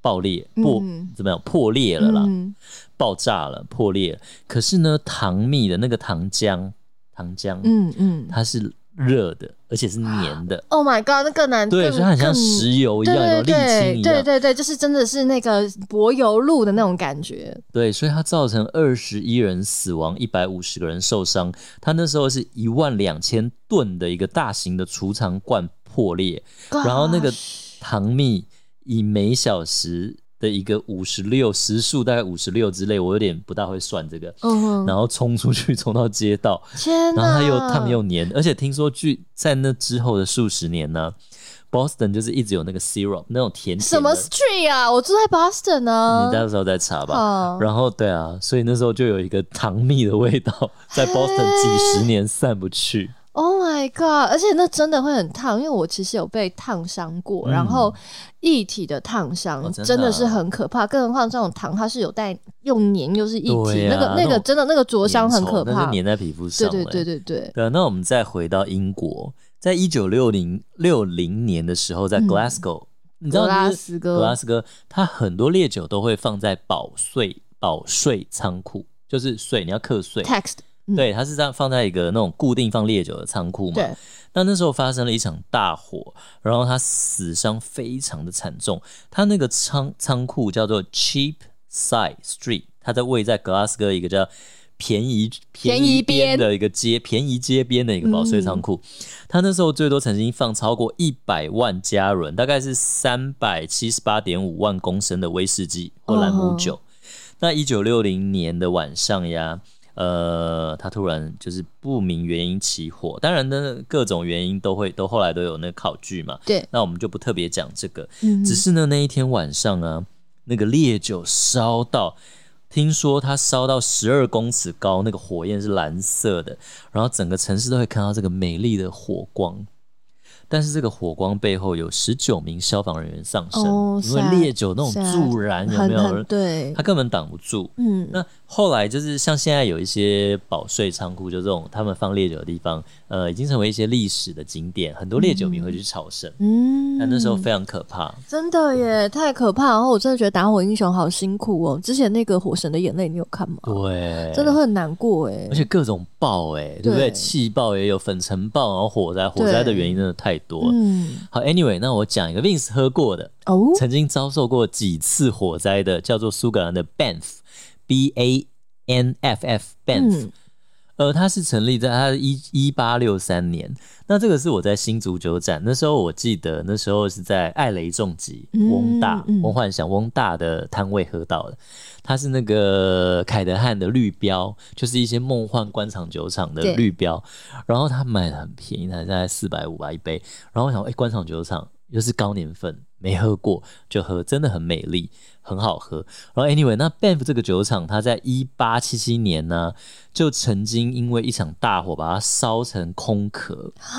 Speaker 2: 爆裂破、
Speaker 3: 嗯
Speaker 2: 怎么样破裂了啦，
Speaker 3: 嗯，
Speaker 2: 爆炸了破裂了。可是呢，糖蜜的那个糖浆糖浆，
Speaker 3: 嗯嗯
Speaker 2: 它是热的，而且是黏的，
Speaker 3: ，Oh my God，那更难，
Speaker 2: 对，
Speaker 3: 更
Speaker 2: 所以它很像
Speaker 3: 更
Speaker 2: 石油一样，
Speaker 3: 对
Speaker 2: 有沥青
Speaker 3: 对
Speaker 2: 一样，
Speaker 3: 对对对，就是真的是那个柏油路的那种感觉，
Speaker 2: 对，所以它造成二十一人死亡，一百五十个人受伤。它那时候是一万两千吨的一个大型的储藏罐破裂，然后那个
Speaker 3: Gosh
Speaker 2: 糖蜜以每小时的一个五十六时速，大概五十六之类，我有点不大会算这个。
Speaker 3: 嗯啊哼，
Speaker 2: 然后冲出去，冲到街道，
Speaker 3: 天哪，
Speaker 2: 然后它又烫又黏，而且听说据在那之后的数十年呢，Boston 就是一直有那个 syrup 那种甜甜的
Speaker 3: 什么 street 啊？我住在 Boston 呢
Speaker 2: 你，到时候再查吧。
Speaker 3: 好
Speaker 2: 然后对啊，所以那时候就有一个糖蜜的味 道，在 Boston 几十年散不去。
Speaker 3: Oh my god！而且那真的会很烫，因为我其实有被烫伤过，
Speaker 2: 嗯
Speaker 3: 然后液体的烫伤、
Speaker 2: 哦真的啊
Speaker 3: 真的是很可怕，更何况这种糖它是有带又黏又是液体，
Speaker 2: 对啊
Speaker 3: 那个那
Speaker 2: 那
Speaker 3: 个
Speaker 2: 种
Speaker 3: 真的那个灼伤很可
Speaker 2: 粘稠那
Speaker 3: 怕。
Speaker 2: 是
Speaker 3: 对
Speaker 2: 粘在皮肤上、
Speaker 3: 对对
Speaker 2: 对。
Speaker 3: 对对，
Speaker 2: 对啊，那我们再回到英国，在一九六零六零年的时候，在 Glasgow，、你知道
Speaker 3: 嗯格拉
Speaker 2: 就是
Speaker 3: 斯
Speaker 2: 格拉
Speaker 3: 哥
Speaker 2: 斯哥，它很多烈酒都会放在保税保税仓库，就是税你要课税。
Speaker 3: text 嗯
Speaker 2: 对，它是这样放在一个那种固定放烈酒的仓库嘛。
Speaker 3: 对，
Speaker 2: 那那时候发生了一场大火，然后他死伤非常的惨重。他那个仓仓库叫做 Cheap Side Street，它在位在格拉斯哥一个叫便宜
Speaker 3: 便宜边
Speaker 2: 边
Speaker 3: 嗯
Speaker 2: 的一个街便宜街边的一个保税仓库。他那时候最多曾经放超过一百万加仑，大概是三百七十八点五万公升的威士忌或兰姆酒。那一九六零年的晚上呀，呃，他突然就是不明原因起火，当然呢，各种原因都会都后来都有那个考据嘛。
Speaker 3: 对，
Speaker 2: 那我们就不特别讲这个，
Speaker 3: 嗯
Speaker 2: 只是呢那一天晚上啊，那个烈酒烧到，听说它烧到十二公尺高，那个火焰是蓝色的，然后整个城市都会看到这个美丽的火光。但是这个火光背后有十九名消防人员丧生，
Speaker 3: 哦
Speaker 2: 因为
Speaker 3: sad，
Speaker 2: 烈酒那种
Speaker 3: sad，
Speaker 2: 助燃有
Speaker 3: 嗯很
Speaker 2: 没有
Speaker 3: 很？对
Speaker 2: 他，根本挡不住。
Speaker 3: 嗯，
Speaker 2: 那后来就是像现在有一些保税仓库，就这种他们放烈酒的地方，呃，已经成为一些历史的景点，很多烈酒迷会去朝圣。
Speaker 3: 嗯，
Speaker 2: 但那时候非常可怕，
Speaker 3: 真的耶，太可怕！然后我真的觉得打火英雄好辛苦哦。之前那个《火神的眼泪》，你有看吗？
Speaker 2: 对，
Speaker 3: 真的会很难过哎
Speaker 2: 而。且各种爆、哎，对不对？
Speaker 3: 对
Speaker 2: 气爆也有，粉尘爆，然后火灾，火灾的原因真的太多了。
Speaker 3: 嗯，
Speaker 2: 好，Anyway，那我讲一个 Vince 喝过的，
Speaker 3: 哦，
Speaker 2: 曾经遭受过几次火灾的，叫做苏格兰的 Banff，B A N F F Banff，、
Speaker 3: 嗯
Speaker 2: 呃，它是成立在它一一八六三年。那这个是我在新足球展，那时候我记得那时候是在艾雷重疾
Speaker 3: 嗯
Speaker 2: 翁大
Speaker 3: 嗯
Speaker 2: 翁幻想翁大的摊位喝到的，它是那个凯德汉的绿标，就是一些梦幻官场酒厂的
Speaker 3: 对
Speaker 2: 绿标，然后它买的很便宜，它大概四百五吧一杯，然后我想说，哎、官场酒厂又是高年份，没喝过就喝，真的很美丽，很好喝。然后 anyway，那 Banff 这个酒厂，它在一八七七年呢，就曾经因为一场大火把它烧成空壳。
Speaker 3: 啊，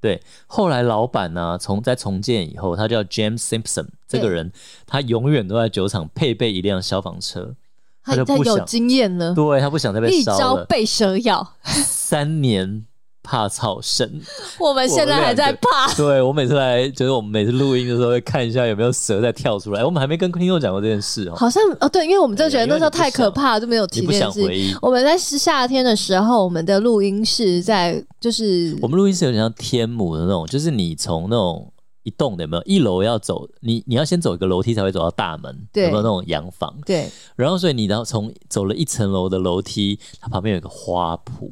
Speaker 2: 对，后来老板呢，从在重建以后，他叫 James Simpson 这个
Speaker 3: 对
Speaker 2: 人，他永远都在酒厂配备一辆消防车，他
Speaker 3: 他
Speaker 2: 就
Speaker 3: 他
Speaker 2: 不
Speaker 3: 有
Speaker 2: 想
Speaker 3: 经验 了，
Speaker 2: 对他不想再被
Speaker 3: 一
Speaker 2: 烧
Speaker 3: 朝
Speaker 2: 了，
Speaker 3: 被蛇咬，
Speaker 2: 三年怕草绳。
Speaker 3: 我们现在还在怕。
Speaker 2: 对我每次来，就是我们每次录音的时候会看一下有没有蛇在跳出来。哎我们还没跟听众讲过这件事哦，哎
Speaker 3: 好像哦，对，因为我们真的觉得那时候太可怕，就没有
Speaker 2: 你
Speaker 3: 提
Speaker 2: 不
Speaker 3: 这
Speaker 2: 想
Speaker 3: 件
Speaker 2: 回
Speaker 3: 事。
Speaker 2: 忆。
Speaker 3: 我们在是夏天的时候，我们的录音室在就是
Speaker 2: 我们录音室有点像天母的那种，就是你从那种一栋的有没有一楼要走，你你要先走一个楼梯才会走到大门，有
Speaker 3: 对
Speaker 2: 没有那种洋房？
Speaker 3: 对
Speaker 2: 然后所以你然后从走了一层楼的楼梯，它旁边有一个花圃，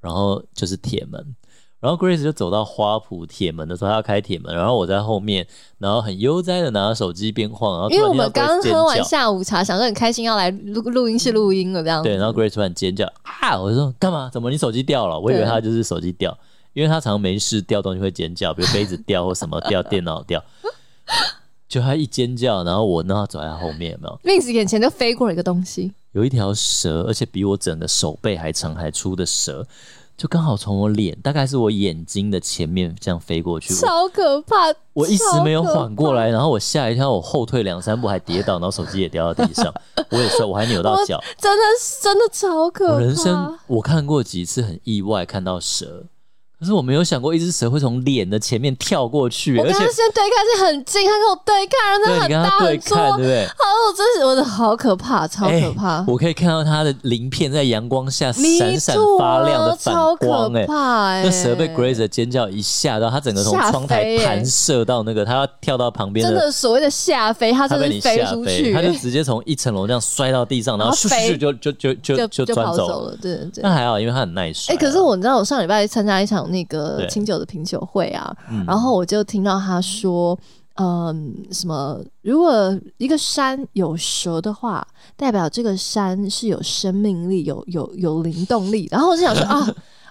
Speaker 2: 然后就是铁门。然后 Grace 就走到花圃铁门的时候，她要开铁门，然后我在后面，然后很悠哉的拿手机边晃，然哦后突
Speaker 3: 因为
Speaker 2: 然
Speaker 3: 我
Speaker 2: 听到
Speaker 3: 们
Speaker 2: Grace
Speaker 3: 刚刚
Speaker 2: 尖
Speaker 3: 喝完
Speaker 2: 叫
Speaker 3: 下午茶，想说很开心要来录录音室录音了这样。
Speaker 2: 对，然后 Grace 突然尖叫啊！我就说干嘛？怎么你手机掉了？我以为
Speaker 3: 对
Speaker 2: 他就是手机掉，因为他常没事掉东西会尖叫，比如杯子掉或什么掉、电脑掉。 就他一尖叫，然后我呢走在他后面，有没有？
Speaker 3: Vince 眼前就飞过了一个东西，
Speaker 2: 有一条蛇，而且比我整个手背还长还粗的蛇，就刚好从我脸，大概是我眼睛的前面这样飞过去。我
Speaker 3: 超可怕！
Speaker 2: 我一时没有缓过
Speaker 3: 来。
Speaker 2: 来，然后我吓一跳，我后退两三步还跌倒，然后手机也掉到地 上，我也摔，我还扭到
Speaker 3: 我
Speaker 2: 脚。
Speaker 3: 真的是真的超可怕。
Speaker 2: 我人生我看过几次很意外看到蛇，可是我没有想过一只蛇会从脸的前面跳过去，
Speaker 3: 我
Speaker 2: 而
Speaker 3: 跟
Speaker 2: 且
Speaker 3: 他先对看是很近，他跟我对看，然
Speaker 2: 对
Speaker 3: 后
Speaker 2: 你
Speaker 3: 很
Speaker 2: 跟
Speaker 3: 大
Speaker 2: 它对
Speaker 3: 很粗，
Speaker 2: 看，对不对？
Speaker 3: 好，我真是我的好可怕，超
Speaker 2: 哎
Speaker 3: 可怕，啊
Speaker 2: 我可以看到它的鳞片在阳光下闪闪发亮的反
Speaker 3: 超可
Speaker 2: 光、哎。
Speaker 3: 怕、哎，
Speaker 2: 那蛇被 Grace 的尖叫一吓到，它整个从
Speaker 3: 吓
Speaker 2: 窗台
Speaker 3: 飞欸
Speaker 2: 弹射到那个，它要跳到旁边
Speaker 3: 真的所谓的吓飞，他
Speaker 2: 他
Speaker 3: 真
Speaker 2: 被
Speaker 3: 的
Speaker 2: 你
Speaker 3: 是飞
Speaker 2: 吓
Speaker 3: 出
Speaker 2: 飞，
Speaker 3: 去，
Speaker 2: 它就
Speaker 3: 哎
Speaker 2: 直接从一层楼这样摔到地上，然后
Speaker 3: 然后
Speaker 2: 咻
Speaker 3: 飞
Speaker 2: 咻就就就就
Speaker 3: 就
Speaker 2: 就
Speaker 3: 跑
Speaker 2: 钻走
Speaker 3: 走
Speaker 2: 了。
Speaker 3: 了，对对对。
Speaker 2: 那还好，因为它很耐摔
Speaker 3: 哎、
Speaker 2: 啊。
Speaker 3: 可是我你知道，我上礼拜参加一场那个
Speaker 2: 对
Speaker 3: 清酒的品酒会啊，
Speaker 2: 嗯，
Speaker 3: 然后我就听到他说，嗯，什么？如果一个山有蛇的话，代表这个山是有生命力、有有有灵动力。然后我就想说啊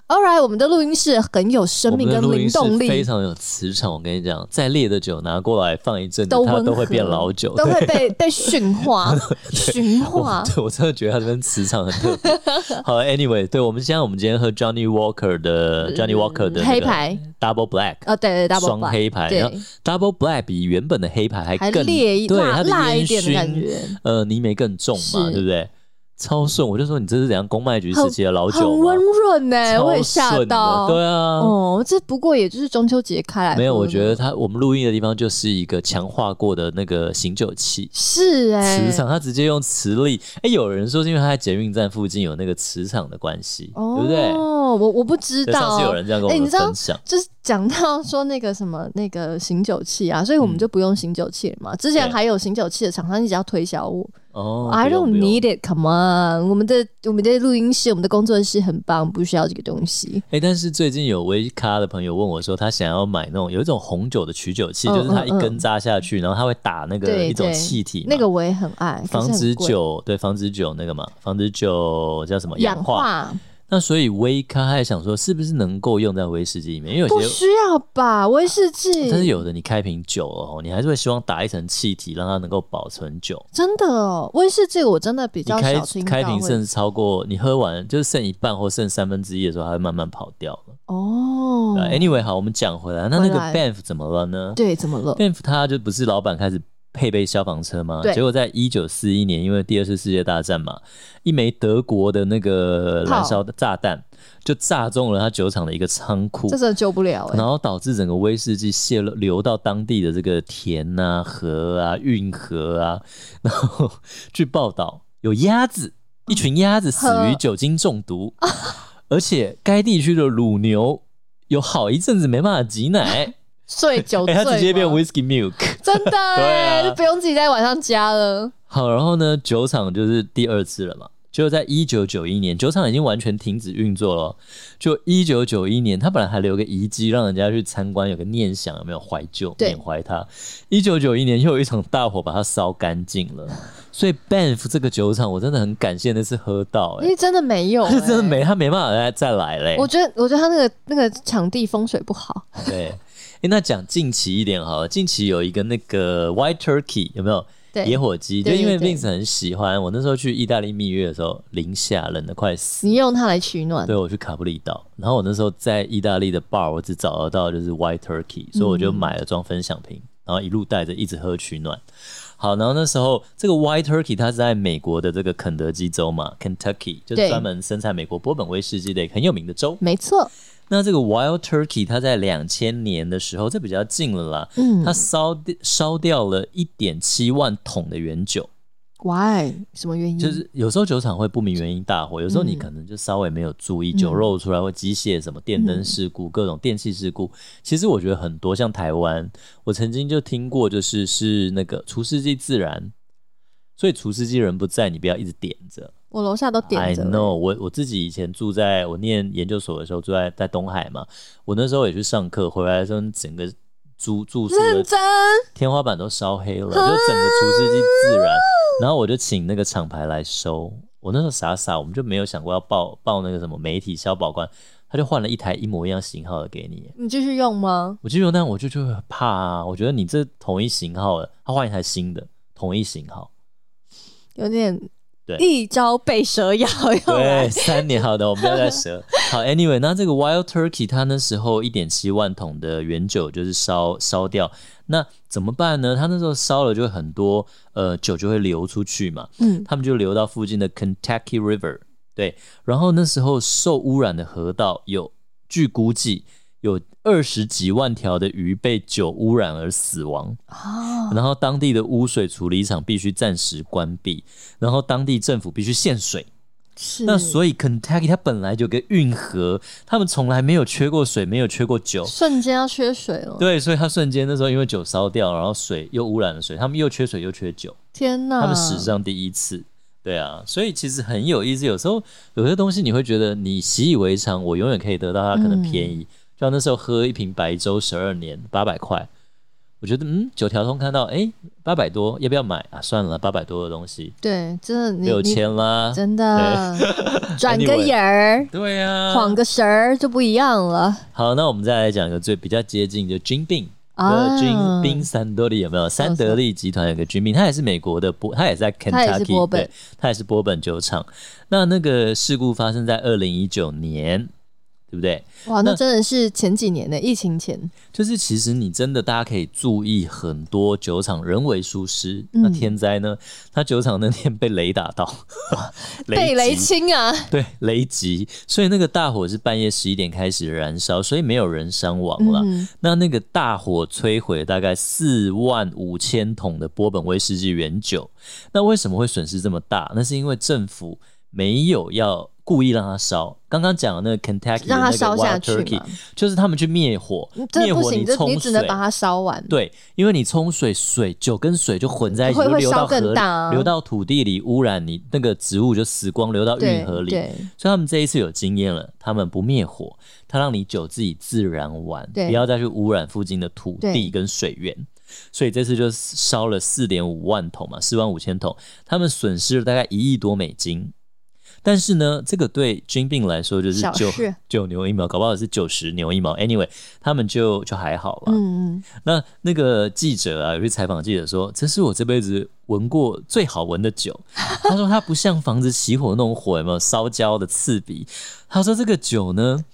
Speaker 3: ，All right，我们的录音室很有生
Speaker 2: 我们
Speaker 3: 命
Speaker 2: 的
Speaker 3: 跟
Speaker 2: 录
Speaker 3: 灵
Speaker 2: 音室
Speaker 3: 动
Speaker 2: 非
Speaker 3: 力，
Speaker 2: 常有磁场。我跟你讲，再烈的酒拿过来放一阵子，它
Speaker 3: 温
Speaker 2: 都
Speaker 3: 和，
Speaker 2: 会变老酒。
Speaker 3: 都
Speaker 2: 对
Speaker 3: 会被被驯 化、驯化
Speaker 2: 我。对我真的觉得它这边磁场很特 别。好，Anyway，对我们现在我们今天喝 Johnny Walker 的 Johnny Walker 的那个
Speaker 3: 嗯黑牌
Speaker 2: Double Black。
Speaker 3: 哦，对对，double
Speaker 2: 双
Speaker 3: black，
Speaker 2: 黑牌，
Speaker 3: 对
Speaker 2: 然后 Double Black 比原本的黑牌还
Speaker 3: 还
Speaker 2: 更
Speaker 3: 烈一
Speaker 2: 对，
Speaker 3: 辣
Speaker 2: 它的
Speaker 3: 辣一
Speaker 2: 烟
Speaker 3: 点的感
Speaker 2: 熏，
Speaker 3: 觉，
Speaker 2: 呃，泥煤更重嘛，
Speaker 3: 是
Speaker 2: 对不对？超顺，我就说你这是怎样公卖局时期的老酒
Speaker 3: 很
Speaker 2: 吗
Speaker 3: 温？润呢、
Speaker 2: 超
Speaker 3: 我也吓
Speaker 2: 顺的
Speaker 3: 到。
Speaker 2: 对啊，
Speaker 3: 哦，这不过也就是中秋节开来喝的嘛。
Speaker 2: 没有，我觉得它我们录音的地方就是一个强化过的那个醒酒器。
Speaker 3: 是哎、
Speaker 2: 磁场，它直接用磁力。哎、有人说是因为它在捷运站附近有那个磁场的关系，
Speaker 3: 哦，
Speaker 2: 对不对？
Speaker 3: 我我不知
Speaker 2: 对上
Speaker 3: 道
Speaker 2: 次。有人这样跟
Speaker 3: 哎
Speaker 2: 我
Speaker 3: 你
Speaker 2: 们
Speaker 3: 知道
Speaker 2: 分享，
Speaker 3: 就是讲到说那个什么那个醒酒器啊，所以我们
Speaker 2: 嗯
Speaker 3: 就不用醒酒器了嘛。之前
Speaker 2: 对
Speaker 3: 还有醒酒器的厂商一直要推销我、
Speaker 2: 哦
Speaker 3: i
Speaker 2: 不用
Speaker 3: don't
Speaker 2: 不用
Speaker 3: need it, come on。我们的我们的录音室、我们的工作室很棒，不需要这个东西。
Speaker 2: 哎、但是最近有微咖的朋友问我说，他想要买那种有一种红酒的取酒器，
Speaker 3: 嗯
Speaker 2: 就是它一
Speaker 3: 嗯嗯
Speaker 2: 根扎下去，然后它会打那个
Speaker 3: 对
Speaker 2: 一种
Speaker 3: 对
Speaker 2: 气体嘛，
Speaker 3: 那个我也很爱，可是
Speaker 2: 防
Speaker 3: 很
Speaker 2: 止
Speaker 3: 贵
Speaker 2: 酒对防止酒那个嘛，防止酒叫什么
Speaker 3: 氧化
Speaker 2: 那所以威咖还想说，是不是能够用在威士忌里面？因为
Speaker 3: 不
Speaker 2: 有些，
Speaker 3: 需要吧？威士忌
Speaker 2: 啊但是有的你开瓶酒哦，你还是会希望打一层气体，让它能够保存久。
Speaker 3: 真的哦，威士忌我真的比
Speaker 2: 你
Speaker 3: 较
Speaker 2: 开
Speaker 3: 少听到
Speaker 2: 开瓶
Speaker 3: 会
Speaker 2: 甚至超过你喝完，就是剩一半或剩三分之一的时候，它会慢慢跑掉了。
Speaker 3: 哦
Speaker 2: 对啊 Anyway，好，我们讲回来，那那个
Speaker 3: 回来
Speaker 2: Banff 怎么了呢
Speaker 3: 对，怎么了？
Speaker 2: ？Banff 它就不是老板开始配备消防车吗？
Speaker 3: 对
Speaker 2: 结果在一九四一年，因为第二次世界大战嘛，一枚德国的那个燃烧炸弹就炸中了他酒厂的一个仓库
Speaker 3: 这。真的救不了哎、
Speaker 2: 然后导致整个威士忌泄露流到当地的这个田啊、河啊、运河啊，然后 据报道有鸭子，一群鸭子死于
Speaker 3: 呵
Speaker 2: 酒精中毒，而且该地区的乳牛有好一阵子没办法挤 奶，
Speaker 3: 睡酒 醉
Speaker 2: 哎、
Speaker 3: 吗、
Speaker 2: 它直接变 whisky milk。
Speaker 3: 真的哎、
Speaker 2: 对啊
Speaker 3: 就不用自己在晚上加了。
Speaker 2: 好，然后呢，酒厂就是第二次了嘛。就在一九九一年，酒厂已经完全停止运作了哦。就一九九一年，它本来还留个遗迹，让人家去参观，有个念想，有没有怀旧，
Speaker 3: 对
Speaker 2: 缅怀它。一九九一年又有一场大火把它烧干净了。所以 Banff 这个酒厂，我真的很感谢那次喝到、
Speaker 3: 因
Speaker 2: 欸，
Speaker 3: 为真的没有、
Speaker 2: 哎，
Speaker 3: 哎
Speaker 2: 真的。没他没办法再再来嘞、
Speaker 3: 我觉得，我觉得他那个那个场地风水不好，
Speaker 2: 对，诶那讲近期一点好了，近期有一个那个 White Turkey 有没有？
Speaker 3: 对
Speaker 2: 野火鸡，就
Speaker 3: 对对
Speaker 2: 因为
Speaker 3: 对
Speaker 2: Vince 很喜欢。我那时候去意大利蜜月的时候，零下冷的快死。
Speaker 3: 你用它来取暖
Speaker 2: 对，。我去卡布里岛，然后我那时候在意大利的 bar，我只找得到就是 White Turkey，所以我就买了装分享瓶，然后一路带着一直喝取暖。好，然后那时候这个 White Turkey 它是在美国的这个肯德基州嘛，Kentucky 就是
Speaker 3: 对嗯
Speaker 2: 专门生产美国波本威士忌的一个很有名的州。
Speaker 3: 没错，
Speaker 2: 那这个 Wild Turkey 它在两千年的时候，这比较近了啦，
Speaker 3: 嗯
Speaker 2: 它烧掉烧掉了一点七万桶的原酒，
Speaker 3: ，Why？什么原因？
Speaker 2: 就是有时候酒厂会不明原因大火，有时候你
Speaker 3: 嗯
Speaker 2: 可能就稍微没有注意，酒漏出来或机械什么电
Speaker 3: 嗯
Speaker 2: 灯事故、各种电器事故，其实我觉得很多像台湾，我曾经就听过，就是是那个除湿机自燃，所以除湿机人不在，你不要一直点着。
Speaker 3: 我楼下都点
Speaker 2: I
Speaker 3: 着欸
Speaker 2: know，我我自己以前住在我念研究所的时候住在在东海嘛，我那时候也去上课，回来的时候整个住住宿的
Speaker 3: 认真，
Speaker 2: 天花板都烧黑了，就整个除湿机自燃，然后我就请那个厂牌来收。我那时候傻傻，我们就没有想过要报报那个什么媒体消保官，他就换了一台一模一样型号的给你。
Speaker 3: 你继续用吗？
Speaker 2: 我就用那我就就很怕啊，我觉得你这同一型号的，他换一台新的同一型号，
Speaker 3: 有点
Speaker 2: 对
Speaker 3: 一朝被蛇咬，用来
Speaker 2: 对，三年好的，我们不要再折。好，Anyway，那这个 Wild Turkey 它那时候一点七万桶的原酒就是烧烧掉，那怎么办呢？它那时候烧了就会很多呃酒就会流出去嘛，
Speaker 3: 嗯，
Speaker 2: 他们就流到附近的 Kentucky River。对，然后那时候受污染的河道有，据估计有二十几万条的鱼被酒污染而死亡。
Speaker 3: 哦，
Speaker 2: 然后当地的污水处理厂必须暂时关闭，然后当地政府必须限水。
Speaker 3: 是。
Speaker 2: 那所以 Kentucky 它本来就有个运河，他们从来没有缺过水，没有缺过酒。
Speaker 3: 瞬间要缺水了，
Speaker 2: 对，所以它瞬间那时候因为酒烧掉，然后水又污染了水，他们又缺水又缺酒。
Speaker 3: 天哪！
Speaker 2: 他们史上第一次。对啊，所以其实很有意思。有时候有些东西你会觉得你习以为常，我永远可以得到它可能便
Speaker 3: 嗯
Speaker 2: 宜。就像那时候喝一瓶白粥十二年八百块，我觉得嗯九条通看到哎八百多要不要买啊？算了，八百多的东西
Speaker 3: 对，真的你
Speaker 2: 六
Speaker 3: 你
Speaker 2: 千啦。
Speaker 3: 真 的转个
Speaker 2: Anyway
Speaker 3: 眼儿，
Speaker 2: 对啊，
Speaker 3: 晃个神儿就不一样了。
Speaker 2: 好，那我们再来讲一个最比较接近的军病。
Speaker 3: 啊
Speaker 2: 呃，军兵三得利有没有？三得利集团有个军兵，他也是美国的波，他也是在
Speaker 3: 他也是
Speaker 2: Kentucky，
Speaker 3: 波本
Speaker 2: 对，他也是波本酒厂。那那个事故发生在二零一九年，对不对？
Speaker 3: 哇，那
Speaker 2: 那
Speaker 3: 真的是前几年的疫情前，
Speaker 2: 就是其实你真的大家可以注意很多酒厂人为疏失。
Speaker 3: 嗯
Speaker 2: 那天灾呢？他酒厂那天被雷打 到，
Speaker 3: 被雷
Speaker 2: 击
Speaker 3: 青啊，
Speaker 2: 对，雷击，所以那个大火是半夜十一点开始燃烧，所以没有人伤亡
Speaker 3: 嗯
Speaker 2: 了。那那个大火摧毁大概四万五千桶的波本威士忌原酒，那为什么会损失这么大？那是因为政府没有要故意让它烧。刚刚讲的那个 Kentucky 的
Speaker 3: 让它
Speaker 2: 那个
Speaker 3: 烧下
Speaker 2: Wild
Speaker 3: 去
Speaker 2: Turkey，
Speaker 3: 嘛嗯
Speaker 2: 就是他们去灭火，
Speaker 3: 真
Speaker 2: 灭
Speaker 3: 的不
Speaker 2: 火
Speaker 3: 行，这
Speaker 2: 冲水，
Speaker 3: 你只能把它烧完。
Speaker 2: 对，因为你冲水，水酒跟水就混在一起，
Speaker 3: 会
Speaker 2: 就
Speaker 3: 会
Speaker 2: 流
Speaker 3: 烧
Speaker 2: 到河
Speaker 3: 更
Speaker 2: 里
Speaker 3: 大啊
Speaker 2: 流到土地里，污染你那个植物就死光，流到运
Speaker 3: 对
Speaker 2: 河里。
Speaker 3: 对
Speaker 2: 所以他们这一次有经验了，他们不灭火，他让你酒自己自然完，
Speaker 3: 对
Speaker 2: 不要再去污染附近的土
Speaker 3: 对
Speaker 2: 地跟水源。所以这次就烧了四点五万桶嘛，四万五千桶，他们损失了大概一亿多美金。但是呢，这个对军病来说就是
Speaker 3: 小
Speaker 2: 九
Speaker 3: 事
Speaker 2: 九牛一毛，搞不好是九十牛一毛。Anyway，他们就就还好了。
Speaker 3: 嗯嗯，
Speaker 2: 那那个记者啊，有去采访记者说，这是我这辈子闻过最好闻的酒。他说它不像房子起火那种火，有没有烧焦的刺鼻？他说这个酒呢，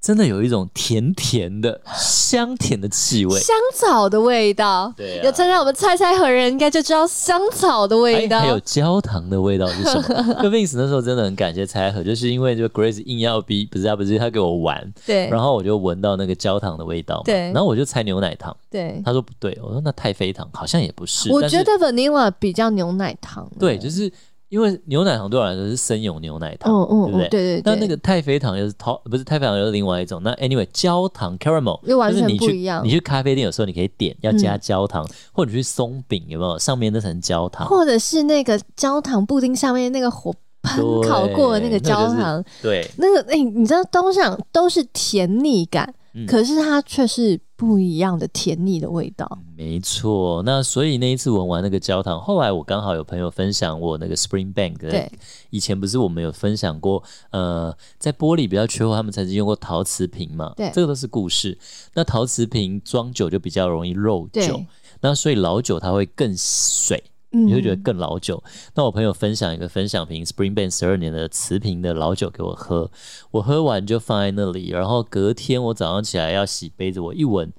Speaker 2: 真的有一种甜甜的、香甜的气味。
Speaker 3: 香草的味道，
Speaker 2: 嗯对啊
Speaker 3: 有参加我们猜猜和人应该就知道香草的味
Speaker 2: 哎还
Speaker 3: 道
Speaker 2: 还有。焦糖的味道是什 么？就 Vince 那时候真的很感谢猜盒，就是因为就 Grace 硬要逼，不是啊他不是他给我玩，
Speaker 3: 对
Speaker 2: 然后我就闻到那个焦糖的味道嘛，
Speaker 3: 对
Speaker 2: 然后我就猜牛奶糖，
Speaker 3: 对，
Speaker 2: 他说不对，我说那太妃糖好像也不是，
Speaker 3: 我
Speaker 2: 但
Speaker 3: 觉
Speaker 2: 是
Speaker 3: 得 vanilla 比较牛奶糖。
Speaker 2: 对，就是因为牛奶糖对我来说是生有牛奶糖，
Speaker 3: 嗯嗯
Speaker 2: 对
Speaker 3: 嗯
Speaker 2: 不
Speaker 3: 对
Speaker 2: 对？，
Speaker 3: 对
Speaker 2: 那
Speaker 3: 对，
Speaker 2: 那个太妃糖又是桃，不是太妃糖又是另外一种。那 anyway，焦糖 caramel
Speaker 3: 又完全
Speaker 2: 就是你去
Speaker 3: 不一样
Speaker 2: 你去咖啡店有时候你可以点要加焦糖，或者去松饼有没有上面那层焦糖？
Speaker 3: 或者是那个焦糖布丁上面那个火喷
Speaker 2: 对
Speaker 3: 烤过的那个焦糖，
Speaker 2: 对，
Speaker 3: 那个哎、你知道东上都是甜腻感，
Speaker 2: 嗯
Speaker 3: 可是它却是不一样的甜腻的味道。
Speaker 2: 没错。那所以那一次闻完那个焦糖，后来我刚好有朋友分享我那个 Spring Bank 的
Speaker 3: 对，
Speaker 2: 以前不是我们有分享过，呃，在玻璃比较缺货，他们曾经用过陶瓷瓶嘛，
Speaker 3: 对
Speaker 2: 这个都是故事。那陶瓷瓶装酒就比较容易漏酒
Speaker 3: 对，
Speaker 2: 那所以老酒它会更水，
Speaker 3: 嗯
Speaker 2: 你会觉得更老酒。那我朋友分享一个分享瓶 Spring Bank 十二年的瓷瓶的老酒给我喝，我喝完就放在那里，然后隔天我早上起来要洗杯子，我一闻，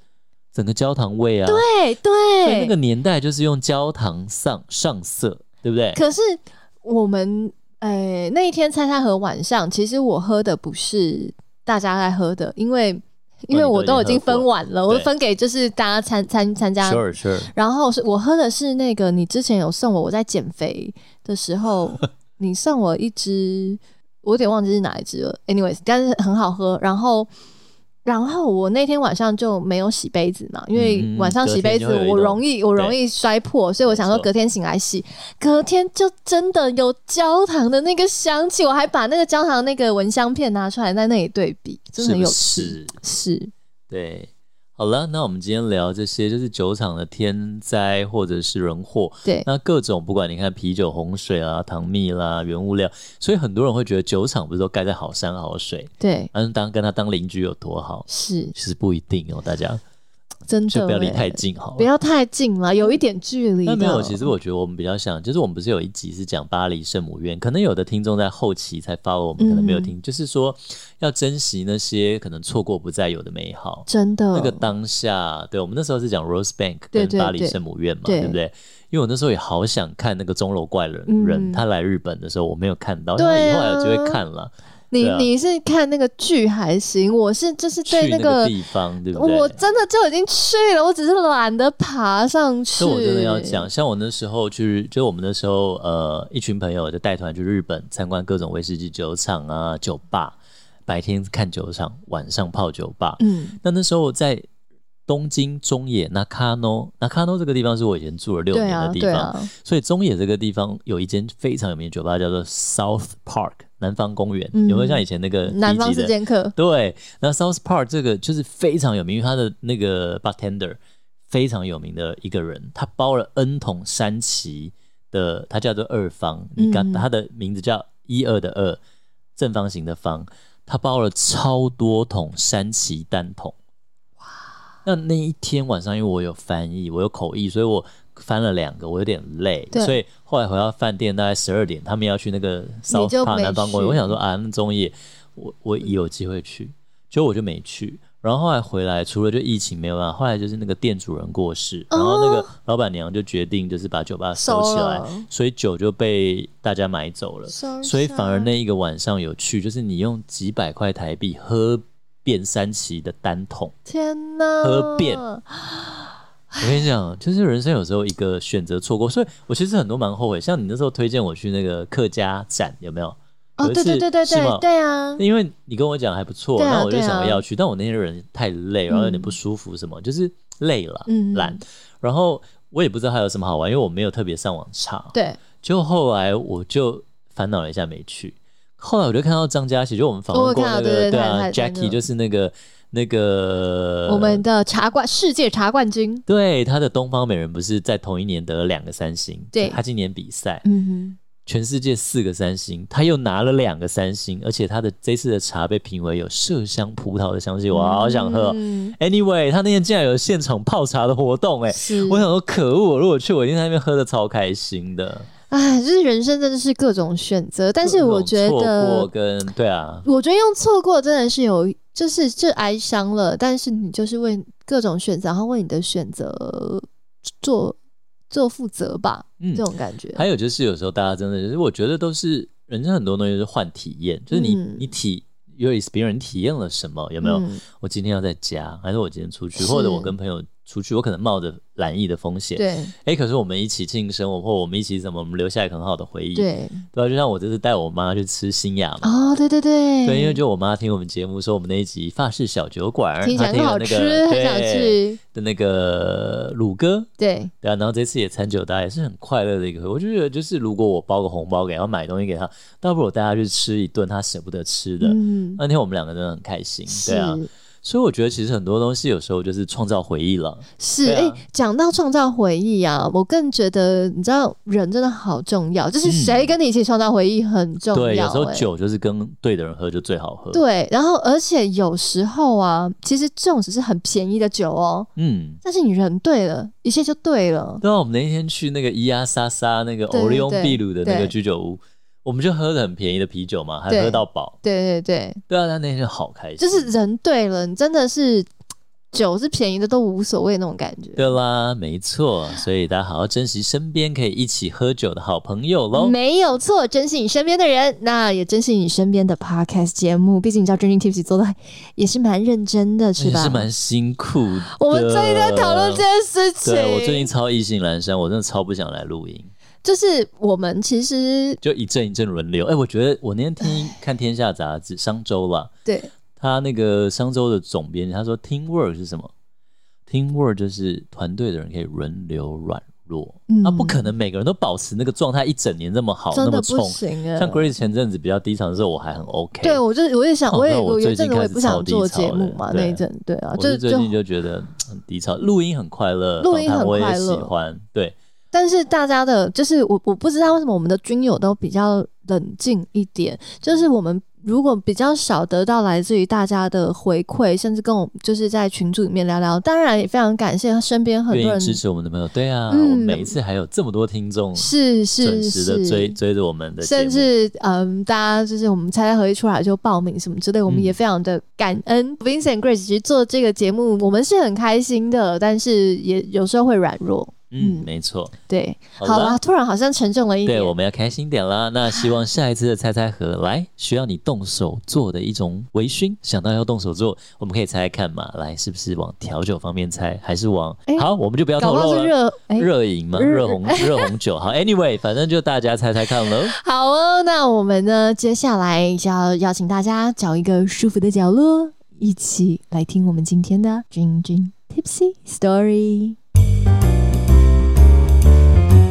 Speaker 2: 整个焦糖味啊，对，
Speaker 3: 对
Speaker 2: 所以
Speaker 3: 对，
Speaker 2: 那个年代就是用焦糖上上色，对不对？
Speaker 3: 可是我们诶、那一天猜猜和晚上，其实我喝的不是大家在喝的，因为因为
Speaker 2: 哦你都
Speaker 3: 我都已
Speaker 2: 已经
Speaker 3: 经
Speaker 2: 喝过
Speaker 3: 分完了，我
Speaker 2: 对
Speaker 3: 分给就是大家参参参加
Speaker 2: sure sure，
Speaker 3: 然后是我喝的是那个你之前有送我，我在减肥的时候 你送我一支，我有点忘记是哪一支了。Anyways，但是很好喝。然后然后我那天晚上就没有洗杯子嘛，因为
Speaker 2: 嗯
Speaker 3: 晚上洗杯子
Speaker 2: 隔天就会有一
Speaker 3: 我
Speaker 2: 种
Speaker 3: 容易我容易摔破，所以我想说
Speaker 2: 没错
Speaker 3: 隔天醒来洗。隔天就真的有焦糖的那个香气，我还把那个焦糖那个蚊香片拿出来在那里对比，真的很有
Speaker 2: 是不
Speaker 3: 趣。
Speaker 2: 是？
Speaker 3: 是，
Speaker 2: 对，好了，那我们今天聊这些，就是酒厂的天灾或者是人祸，
Speaker 3: 对，
Speaker 2: 那各种不管你看啤酒、洪水啦、糖蜜啦、原物料，所以很多人会觉得酒厂不是都盖在好山好水，
Speaker 3: 对，
Speaker 2: 但是当跟他当邻居有多好，
Speaker 3: 是
Speaker 2: 其实不一定哦，大家
Speaker 3: 真的欸。
Speaker 2: 就不要离太近好
Speaker 3: 不
Speaker 2: 了。
Speaker 3: 要太近了，有一点距离的。
Speaker 2: 那没有，其实我觉得我们比较想，就是我们不是有一集是讲巴黎圣母院，可能有的听众在后期才发我们，可
Speaker 3: 嗯
Speaker 2: 能没有听，就是说要珍惜那些可能错过不再有的美好。
Speaker 3: 真的
Speaker 2: 那个当下，对我们那时候是讲 Rose Bank
Speaker 3: 嗯对
Speaker 2: 跟
Speaker 3: 对
Speaker 2: 巴黎
Speaker 3: 对
Speaker 2: 圣母院嘛，
Speaker 3: 对
Speaker 2: 对不对？因为我那时候也好想看那个钟楼怪人，
Speaker 3: 嗯
Speaker 2: 人他来日本的时候我没有看到，
Speaker 3: 对
Speaker 2: 但
Speaker 3: 啊
Speaker 2: 我以后还有机会看了，
Speaker 3: 你、
Speaker 2: 对啊
Speaker 3: 你是看那个剧还行，我是就是对
Speaker 2: 去那
Speaker 3: 个
Speaker 2: 个地方，对不对？
Speaker 3: 我真的就已经去了，我只是懒得爬上去。
Speaker 2: 这我真的要讲，像我那时候去，就我们那时候呃，一群朋友就带团去日本参观各种威士忌酒厂啊、酒吧，白天看酒厂，晚上泡酒吧。
Speaker 3: 嗯，
Speaker 2: 那那时候在东京中野 Nakano Nakano 这个地方是我以前住了六
Speaker 3: 对
Speaker 2: 年
Speaker 3: 啊
Speaker 2: 的，地
Speaker 3: 对
Speaker 2: 方，
Speaker 3: 啊，
Speaker 2: 所以中野这个地方有一间非常有名的酒吧，叫做 South Park 南方公园，
Speaker 3: 嗯
Speaker 2: 有没有像以前那个
Speaker 3: 南方
Speaker 2: 低级
Speaker 3: 四
Speaker 2: 的
Speaker 3: 剑客，
Speaker 2: 对，那 South Park 这个就是非常有名，因为他的那个 bartender 非常有名的一个人，他包了 N 桶山崎的，他叫做二方，你看
Speaker 3: 嗯
Speaker 2: 他的名字叫一二的二，正方形的方，他包了超多桶山崎单桶。那那一天晚上，因为我有翻译，我有口译，所以我翻了两个，我有点累，
Speaker 3: 对
Speaker 2: 所以后来回到饭店大概十二点，他们要去那个 South
Speaker 3: 就
Speaker 2: Park
Speaker 3: 没
Speaker 2: 南方公园，
Speaker 3: 去
Speaker 2: 我想说啊，那中野我我也有机会去，结果我就没去。然后后来回来，除了就疫情没有办法，后来就是那个店主人过世，然后那个老板娘就决定就是把酒吧收起来
Speaker 3: 哦收了，
Speaker 2: 所以酒就被大家买走了。
Speaker 3: 所
Speaker 2: 所以反而那一个晚上有趣，就是你用几百块台币喝遍三旗的单桶。
Speaker 3: 天哪，哦
Speaker 2: 喝遍我跟你讲，就是人生有时候一个选择错过，所以我其实很多蛮后悔。像你那时候推荐我去那个客家展，有没有？
Speaker 3: 哦，
Speaker 2: 有一次
Speaker 3: 对对对对
Speaker 2: 世贸
Speaker 3: 对对啊，
Speaker 2: 因为你跟我讲还不错，
Speaker 3: 对啊
Speaker 2: 那我就
Speaker 3: 对啊
Speaker 2: 想我要去，但我那天人太累，然后有点不舒服，什么、就是累了，
Speaker 3: 嗯
Speaker 2: 懒，然后我也不知道还有什么好玩，因为我没有特别上网查。，
Speaker 3: 对，
Speaker 2: 就后来我就烦恼了一下没去，后来我就看到张佳琪，就我们访
Speaker 3: 哦我
Speaker 2: 问
Speaker 3: 有
Speaker 2: 过
Speaker 3: 看到
Speaker 2: 那个
Speaker 3: 对对
Speaker 2: 啊
Speaker 3: 他他他
Speaker 2: ，Jackie 就是那个那个
Speaker 3: 我们的茶冠世界茶冠军，
Speaker 2: 对他的东方美人不是在同一年得了两个三星，
Speaker 3: 对
Speaker 2: 他今年比赛。
Speaker 3: 嗯
Speaker 2: 全世界四个三星，他又拿了两个三星，而且他的这次的茶被评为有麝香葡萄的香气，
Speaker 3: 哼，
Speaker 2: 我好想喝哦。
Speaker 3: 嗯
Speaker 2: Anyway，他那天竟然有现场泡茶的活动、哎，
Speaker 3: 是，
Speaker 2: 我想说可恶，如果去我一定在那边喝的超开心的。
Speaker 3: 哎，就是人生真的是各种选择，但是我觉
Speaker 2: 各种错
Speaker 3: 得
Speaker 2: 过跟对啊，
Speaker 3: 我觉得用错过真的是有，就是这哀伤了，但是你就是为各种选择，然后为你的选择做做负责吧，
Speaker 2: 嗯
Speaker 3: 这种感觉。
Speaker 2: 还有就是有时候大家真的就是，我觉得都是人生很多东西都是换体验，就是你、
Speaker 3: 嗯
Speaker 2: 你体 your experience 体验了什么，有没有？
Speaker 3: 嗯
Speaker 2: 我今天要在家，还是我今天出去，
Speaker 3: 是
Speaker 2: 或者我跟朋友出去，我可能冒着染疫的风险。
Speaker 3: 对
Speaker 2: 哎、可是我们一起庆生，或我们一起什么，我们留下一个很好的回忆。
Speaker 3: 对
Speaker 2: 对啊，就像我这次带我妈去吃新雅嘛，
Speaker 3: 哦，对对对，
Speaker 2: 对，因为就我妈听我们节目说我们那一集法式小酒馆，
Speaker 3: 听起
Speaker 2: 她
Speaker 3: 来
Speaker 2: 听
Speaker 3: 很
Speaker 2: 了
Speaker 3: 好
Speaker 2: 那
Speaker 3: 吃，
Speaker 2: 个
Speaker 3: 很想
Speaker 2: 对
Speaker 3: 去。
Speaker 2: 的那个鲁哥，
Speaker 3: 对，
Speaker 2: 对啊，然后这次也餐酒搭也是很快乐的一个回忆，我就觉得就是如果我包个红包给她，买东西给她，倒不如带她去吃一顿她舍不得吃的。
Speaker 3: 嗯，
Speaker 2: 那天我们两个真的很开心，
Speaker 3: 是
Speaker 2: 啊对啊，所以我觉得其实很多东西有时候就是创造回忆了，
Speaker 3: 是。
Speaker 2: 对
Speaker 3: 哎
Speaker 2: 啊，
Speaker 3: 讲到创造回忆啊，我更觉得你知道人真的好重要，就是
Speaker 2: 嗯
Speaker 3: 谁跟你一起创造回忆很重要。
Speaker 2: 对，有时候
Speaker 3: 哎
Speaker 2: 酒就是跟对的人喝就最好喝，，
Speaker 3: 对，然后而且有时候啊，其实纵使是很便宜的酒哦，
Speaker 2: 嗯。
Speaker 3: 但是你人对了，一切就对了。
Speaker 2: 对啊，我们那天去那个伊亚莎莎那个
Speaker 3: 对
Speaker 2: 欧利翁
Speaker 3: 对
Speaker 2: 秘鲁的那
Speaker 3: 对
Speaker 2: 个居酒屋，我们就喝了很便宜的啤酒嘛，还
Speaker 3: 对
Speaker 2: 喝到饱。
Speaker 3: 对对对，
Speaker 2: 对啊，他那天就好开心，
Speaker 3: 就是人对了，你真的是酒是便宜的都无所谓那种感觉。
Speaker 2: 对啦，没错。所以大家好好珍惜身边可以一起喝酒的好朋友喽。
Speaker 3: 没有错，珍惜你身边的人，那也珍惜你身边的 podcast 节目。毕竟你知道 Drinking Tips 做的也是蛮认真的，是
Speaker 2: 也
Speaker 3: 吧？
Speaker 2: 是蛮辛苦的。
Speaker 3: 我们最近在讨论这件事情。
Speaker 2: 对我最近超意兴阑珊，我真的超不想来录音，
Speaker 3: 就是我们其实
Speaker 2: 就一阵一阵轮流。哎、我觉得我那天听看《天下》杂志，商周啦，
Speaker 3: 对
Speaker 2: 他那个商周的总编辑他说，teamwork 是什么？teamwork 就是团队的人可以轮流软弱，
Speaker 3: 嗯
Speaker 2: 那、不可能每个人都保持那个状态一整年那么好，
Speaker 3: 真
Speaker 2: 那
Speaker 3: 的
Speaker 2: 么
Speaker 3: 不
Speaker 2: 冲。
Speaker 3: 行哎、
Speaker 2: 像 Grace 前阵子比较低潮的时候，我还很 OK。
Speaker 3: 对，我就是我也想，
Speaker 2: 哦
Speaker 3: 我也
Speaker 2: 那
Speaker 3: 我
Speaker 2: 我
Speaker 3: 有一阵
Speaker 2: 最近
Speaker 3: 子我也
Speaker 2: 开始
Speaker 3: 不想
Speaker 2: 超低
Speaker 3: 做
Speaker 2: 潮
Speaker 3: 节
Speaker 2: 了
Speaker 3: 目嘛，
Speaker 2: 对
Speaker 3: 那一阵对啊，
Speaker 2: 我是
Speaker 3: 就
Speaker 2: 最
Speaker 3: 就
Speaker 2: 近就觉得嗯低潮，录音很快乐，
Speaker 3: 录音
Speaker 2: 访谈
Speaker 3: 很
Speaker 2: 我也
Speaker 3: 快
Speaker 2: 喜
Speaker 3: 乐
Speaker 2: 欢。对，
Speaker 3: 但是大家的，就是我我不知道为什么我们的军友都比较冷静一点，就是
Speaker 2: 嗯
Speaker 3: 我们如果比较少得到来自于大家的回馈，甚至跟我们就是在群组里面聊聊，当然也非常感谢身边很多
Speaker 2: 愿意
Speaker 3: 人
Speaker 2: 支持我们的朋友，对啊，
Speaker 3: 嗯
Speaker 2: 我们每一次还有这么多听众
Speaker 3: 是是
Speaker 2: 准时的追
Speaker 3: 是。
Speaker 2: 追着我们的节目，
Speaker 3: 甚至嗯，大家就是我们猜猜合一出来就报名什么之类，我们
Speaker 2: 嗯
Speaker 3: 也非常的感恩。Vincent Grace 其实做这个节目，我们是很开心的，但是也有时候会软弱。
Speaker 2: 嗯，
Speaker 3: 嗯
Speaker 2: 没错。
Speaker 3: 对，
Speaker 2: 好
Speaker 3: 好啊
Speaker 2: 啦
Speaker 3: 啦，突然好像沉重了一点
Speaker 2: 对，。我们要开心点啦。那希望下一次的猜猜盒来需要你动手做的一种微醺，想到要动手做，我们可以猜猜看嘛，来是不是往调酒方面猜，还是往、
Speaker 3: 哎
Speaker 2: 好，我们就不要
Speaker 3: 搞
Speaker 2: 透
Speaker 3: 不好
Speaker 2: 露
Speaker 3: 是
Speaker 2: 了。
Speaker 3: 热哎
Speaker 2: 热饮嘛，
Speaker 3: 日
Speaker 2: 热红热红 酒。好，anyway，反正就大家猜猜看喽。
Speaker 3: 好哦，那我们呢，接下来就要邀请大家找一个舒服的角落，一起来听我们今天的 Dream Dream Tipsy Story。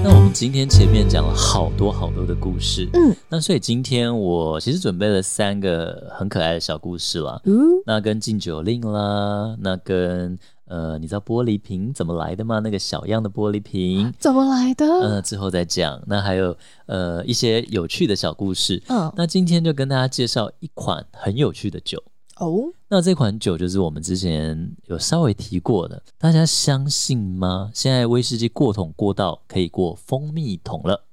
Speaker 2: 那我们今天前面讲了好多好多的故事，
Speaker 3: 嗯，
Speaker 2: 那所以今天我其实准备了三个很可爱的小故事啦。
Speaker 3: 呜，
Speaker 2: 那跟禁酒令啦，那跟呃，你知道玻璃瓶怎么来的吗？那个小样的玻璃瓶，
Speaker 3: 怎么来的？
Speaker 2: 呃，之后再讲。那还有呃一些有趣的小故事。
Speaker 3: 嗯，
Speaker 2: 那今天就跟大家介绍一款很有趣的酒。
Speaker 3: 哦，
Speaker 2: 那这款酒就是我们之前有稍微提过的，大家相信吗？现在威士忌过桶过到可以过蜂蜜桶了。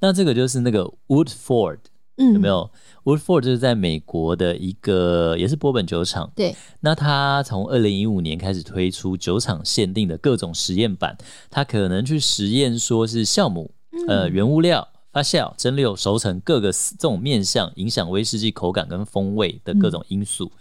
Speaker 2: 那这个就是那个 Woodford
Speaker 3: 嗯，
Speaker 2: 有没？有？Woodford 就是在美国的一个也是波本酒厂，
Speaker 3: 对，
Speaker 2: 那它从二零一五年开始推出酒厂限定的各种实验版，它可能去实验说是酵母、
Speaker 3: 嗯
Speaker 2: 呃原物料、发酵、蒸馏、熟成各个这种面向影响威士忌口感跟风味的各种因素。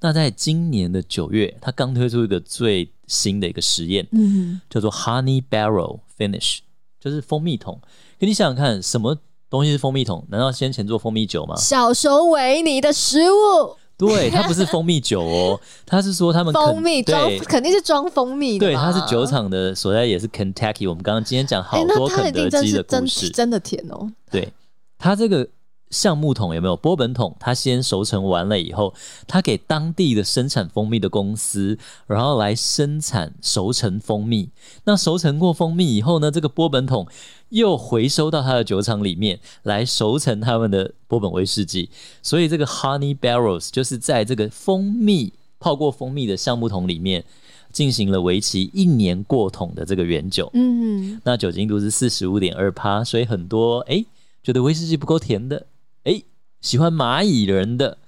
Speaker 2: 那在今年的九月，它刚推出一个最新的一个实验，
Speaker 3: 嗯，
Speaker 2: 叫做 Honey Barrel Finish，就是蜂蜜桶。可你想想看，什么东西是蜂蜜桶？难道先前做蜂蜜酒吗？
Speaker 3: 小熊维尼的食物，
Speaker 2: 对，它不是蜂蜜酒哦，它是说他们肯
Speaker 3: 蜂蜜装
Speaker 2: 对
Speaker 3: 肯定是装蜂蜜的，
Speaker 2: 对，它是酒。厂的所在，也是 Kentucky。我们刚刚今天讲
Speaker 3: 哎
Speaker 2: 好，
Speaker 3: 那
Speaker 2: 多
Speaker 3: 它一
Speaker 2: 肯
Speaker 3: 定
Speaker 2: 德
Speaker 3: 真
Speaker 2: 基
Speaker 3: 是
Speaker 2: 的
Speaker 3: 真
Speaker 2: 故事，
Speaker 3: 真的甜哦，
Speaker 2: 对它这个橡木桶有没有波本桶？它先熟成完了以后，它给当地的生产蜂蜜的公司，然后来生产熟成蜂蜜。那熟成过蜂蜜以后呢，这个波本桶又回收到它的酒厂里面来熟成他们的波本威士忌。所以这个 Honey Barrels 就是在这个蜂蜜泡过蜂蜜的橡木桶里面。进行了为期一年过桶的这个原酒，
Speaker 3: 嗯，
Speaker 2: 那酒精度是四十五点二趴，所以很多哎、诶觉得威士忌不够甜的，哎、喜欢蚂蚁人的，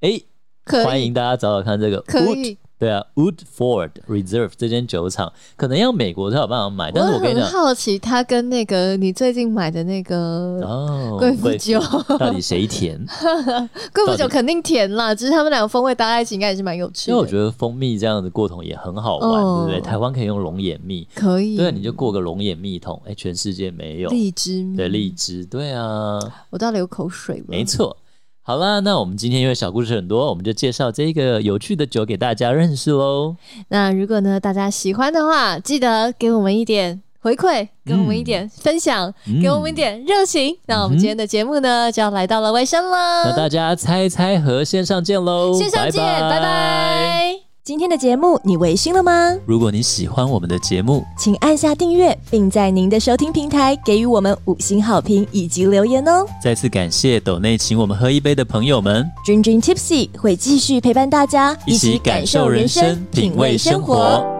Speaker 2: 哎、
Speaker 3: 可
Speaker 2: 欢
Speaker 3: 以
Speaker 2: 迎大家找找看这个
Speaker 3: 可
Speaker 2: Wood，
Speaker 3: 以，
Speaker 2: 对啊，Woodford Reserve 这间酒厂，可能要美国才有办法买，但是我跟你
Speaker 3: 很
Speaker 2: 讲，
Speaker 3: 好奇它跟那个你最近买的那个
Speaker 2: 哦，
Speaker 3: 贵妇酒，
Speaker 2: 到底谁甜？
Speaker 3: 贵妇
Speaker 2: 到
Speaker 3: 酒
Speaker 2: 底
Speaker 3: 肯定甜啦，只是他们两个风味搭在一起，应该也是蛮有趣的。
Speaker 2: 因为我觉得蜂蜜这样子过桶也很好玩，
Speaker 3: 哦
Speaker 2: 对不对？台湾可以用龙眼蜜，
Speaker 3: 可以，
Speaker 2: 对啊，你就过个龙眼蜜桶，哎、全世界没有。
Speaker 3: 荔枝，
Speaker 2: 对荔枝，对啊，
Speaker 3: 我都要流口水了。
Speaker 2: 没，错。好啦，那我们今天因为小故事很多，我们就介绍这个有趣的酒给大家认识喽。
Speaker 3: 那如果呢大家喜欢的话，记得给我们一点回馈，给我们一点分享，
Speaker 2: 嗯
Speaker 3: 给我们一点热情。那我们今天的节目呢，就要来到了尾声
Speaker 2: 那
Speaker 3: 了，
Speaker 2: 大家猜猜和线上见喽，
Speaker 3: 线上见，嗯拜拜。
Speaker 1: 今天的节目你微醺了吗？
Speaker 2: 如果你喜欢我们的节目，
Speaker 1: 请按下订阅，并在您的收听平台给予我们五星好评以及留言哦。
Speaker 2: 再次感谢斗内请我们喝一杯的朋友们，
Speaker 1: Dream Dream Tipsy 会继续陪伴大家，
Speaker 2: 一起感受人生，品味生活。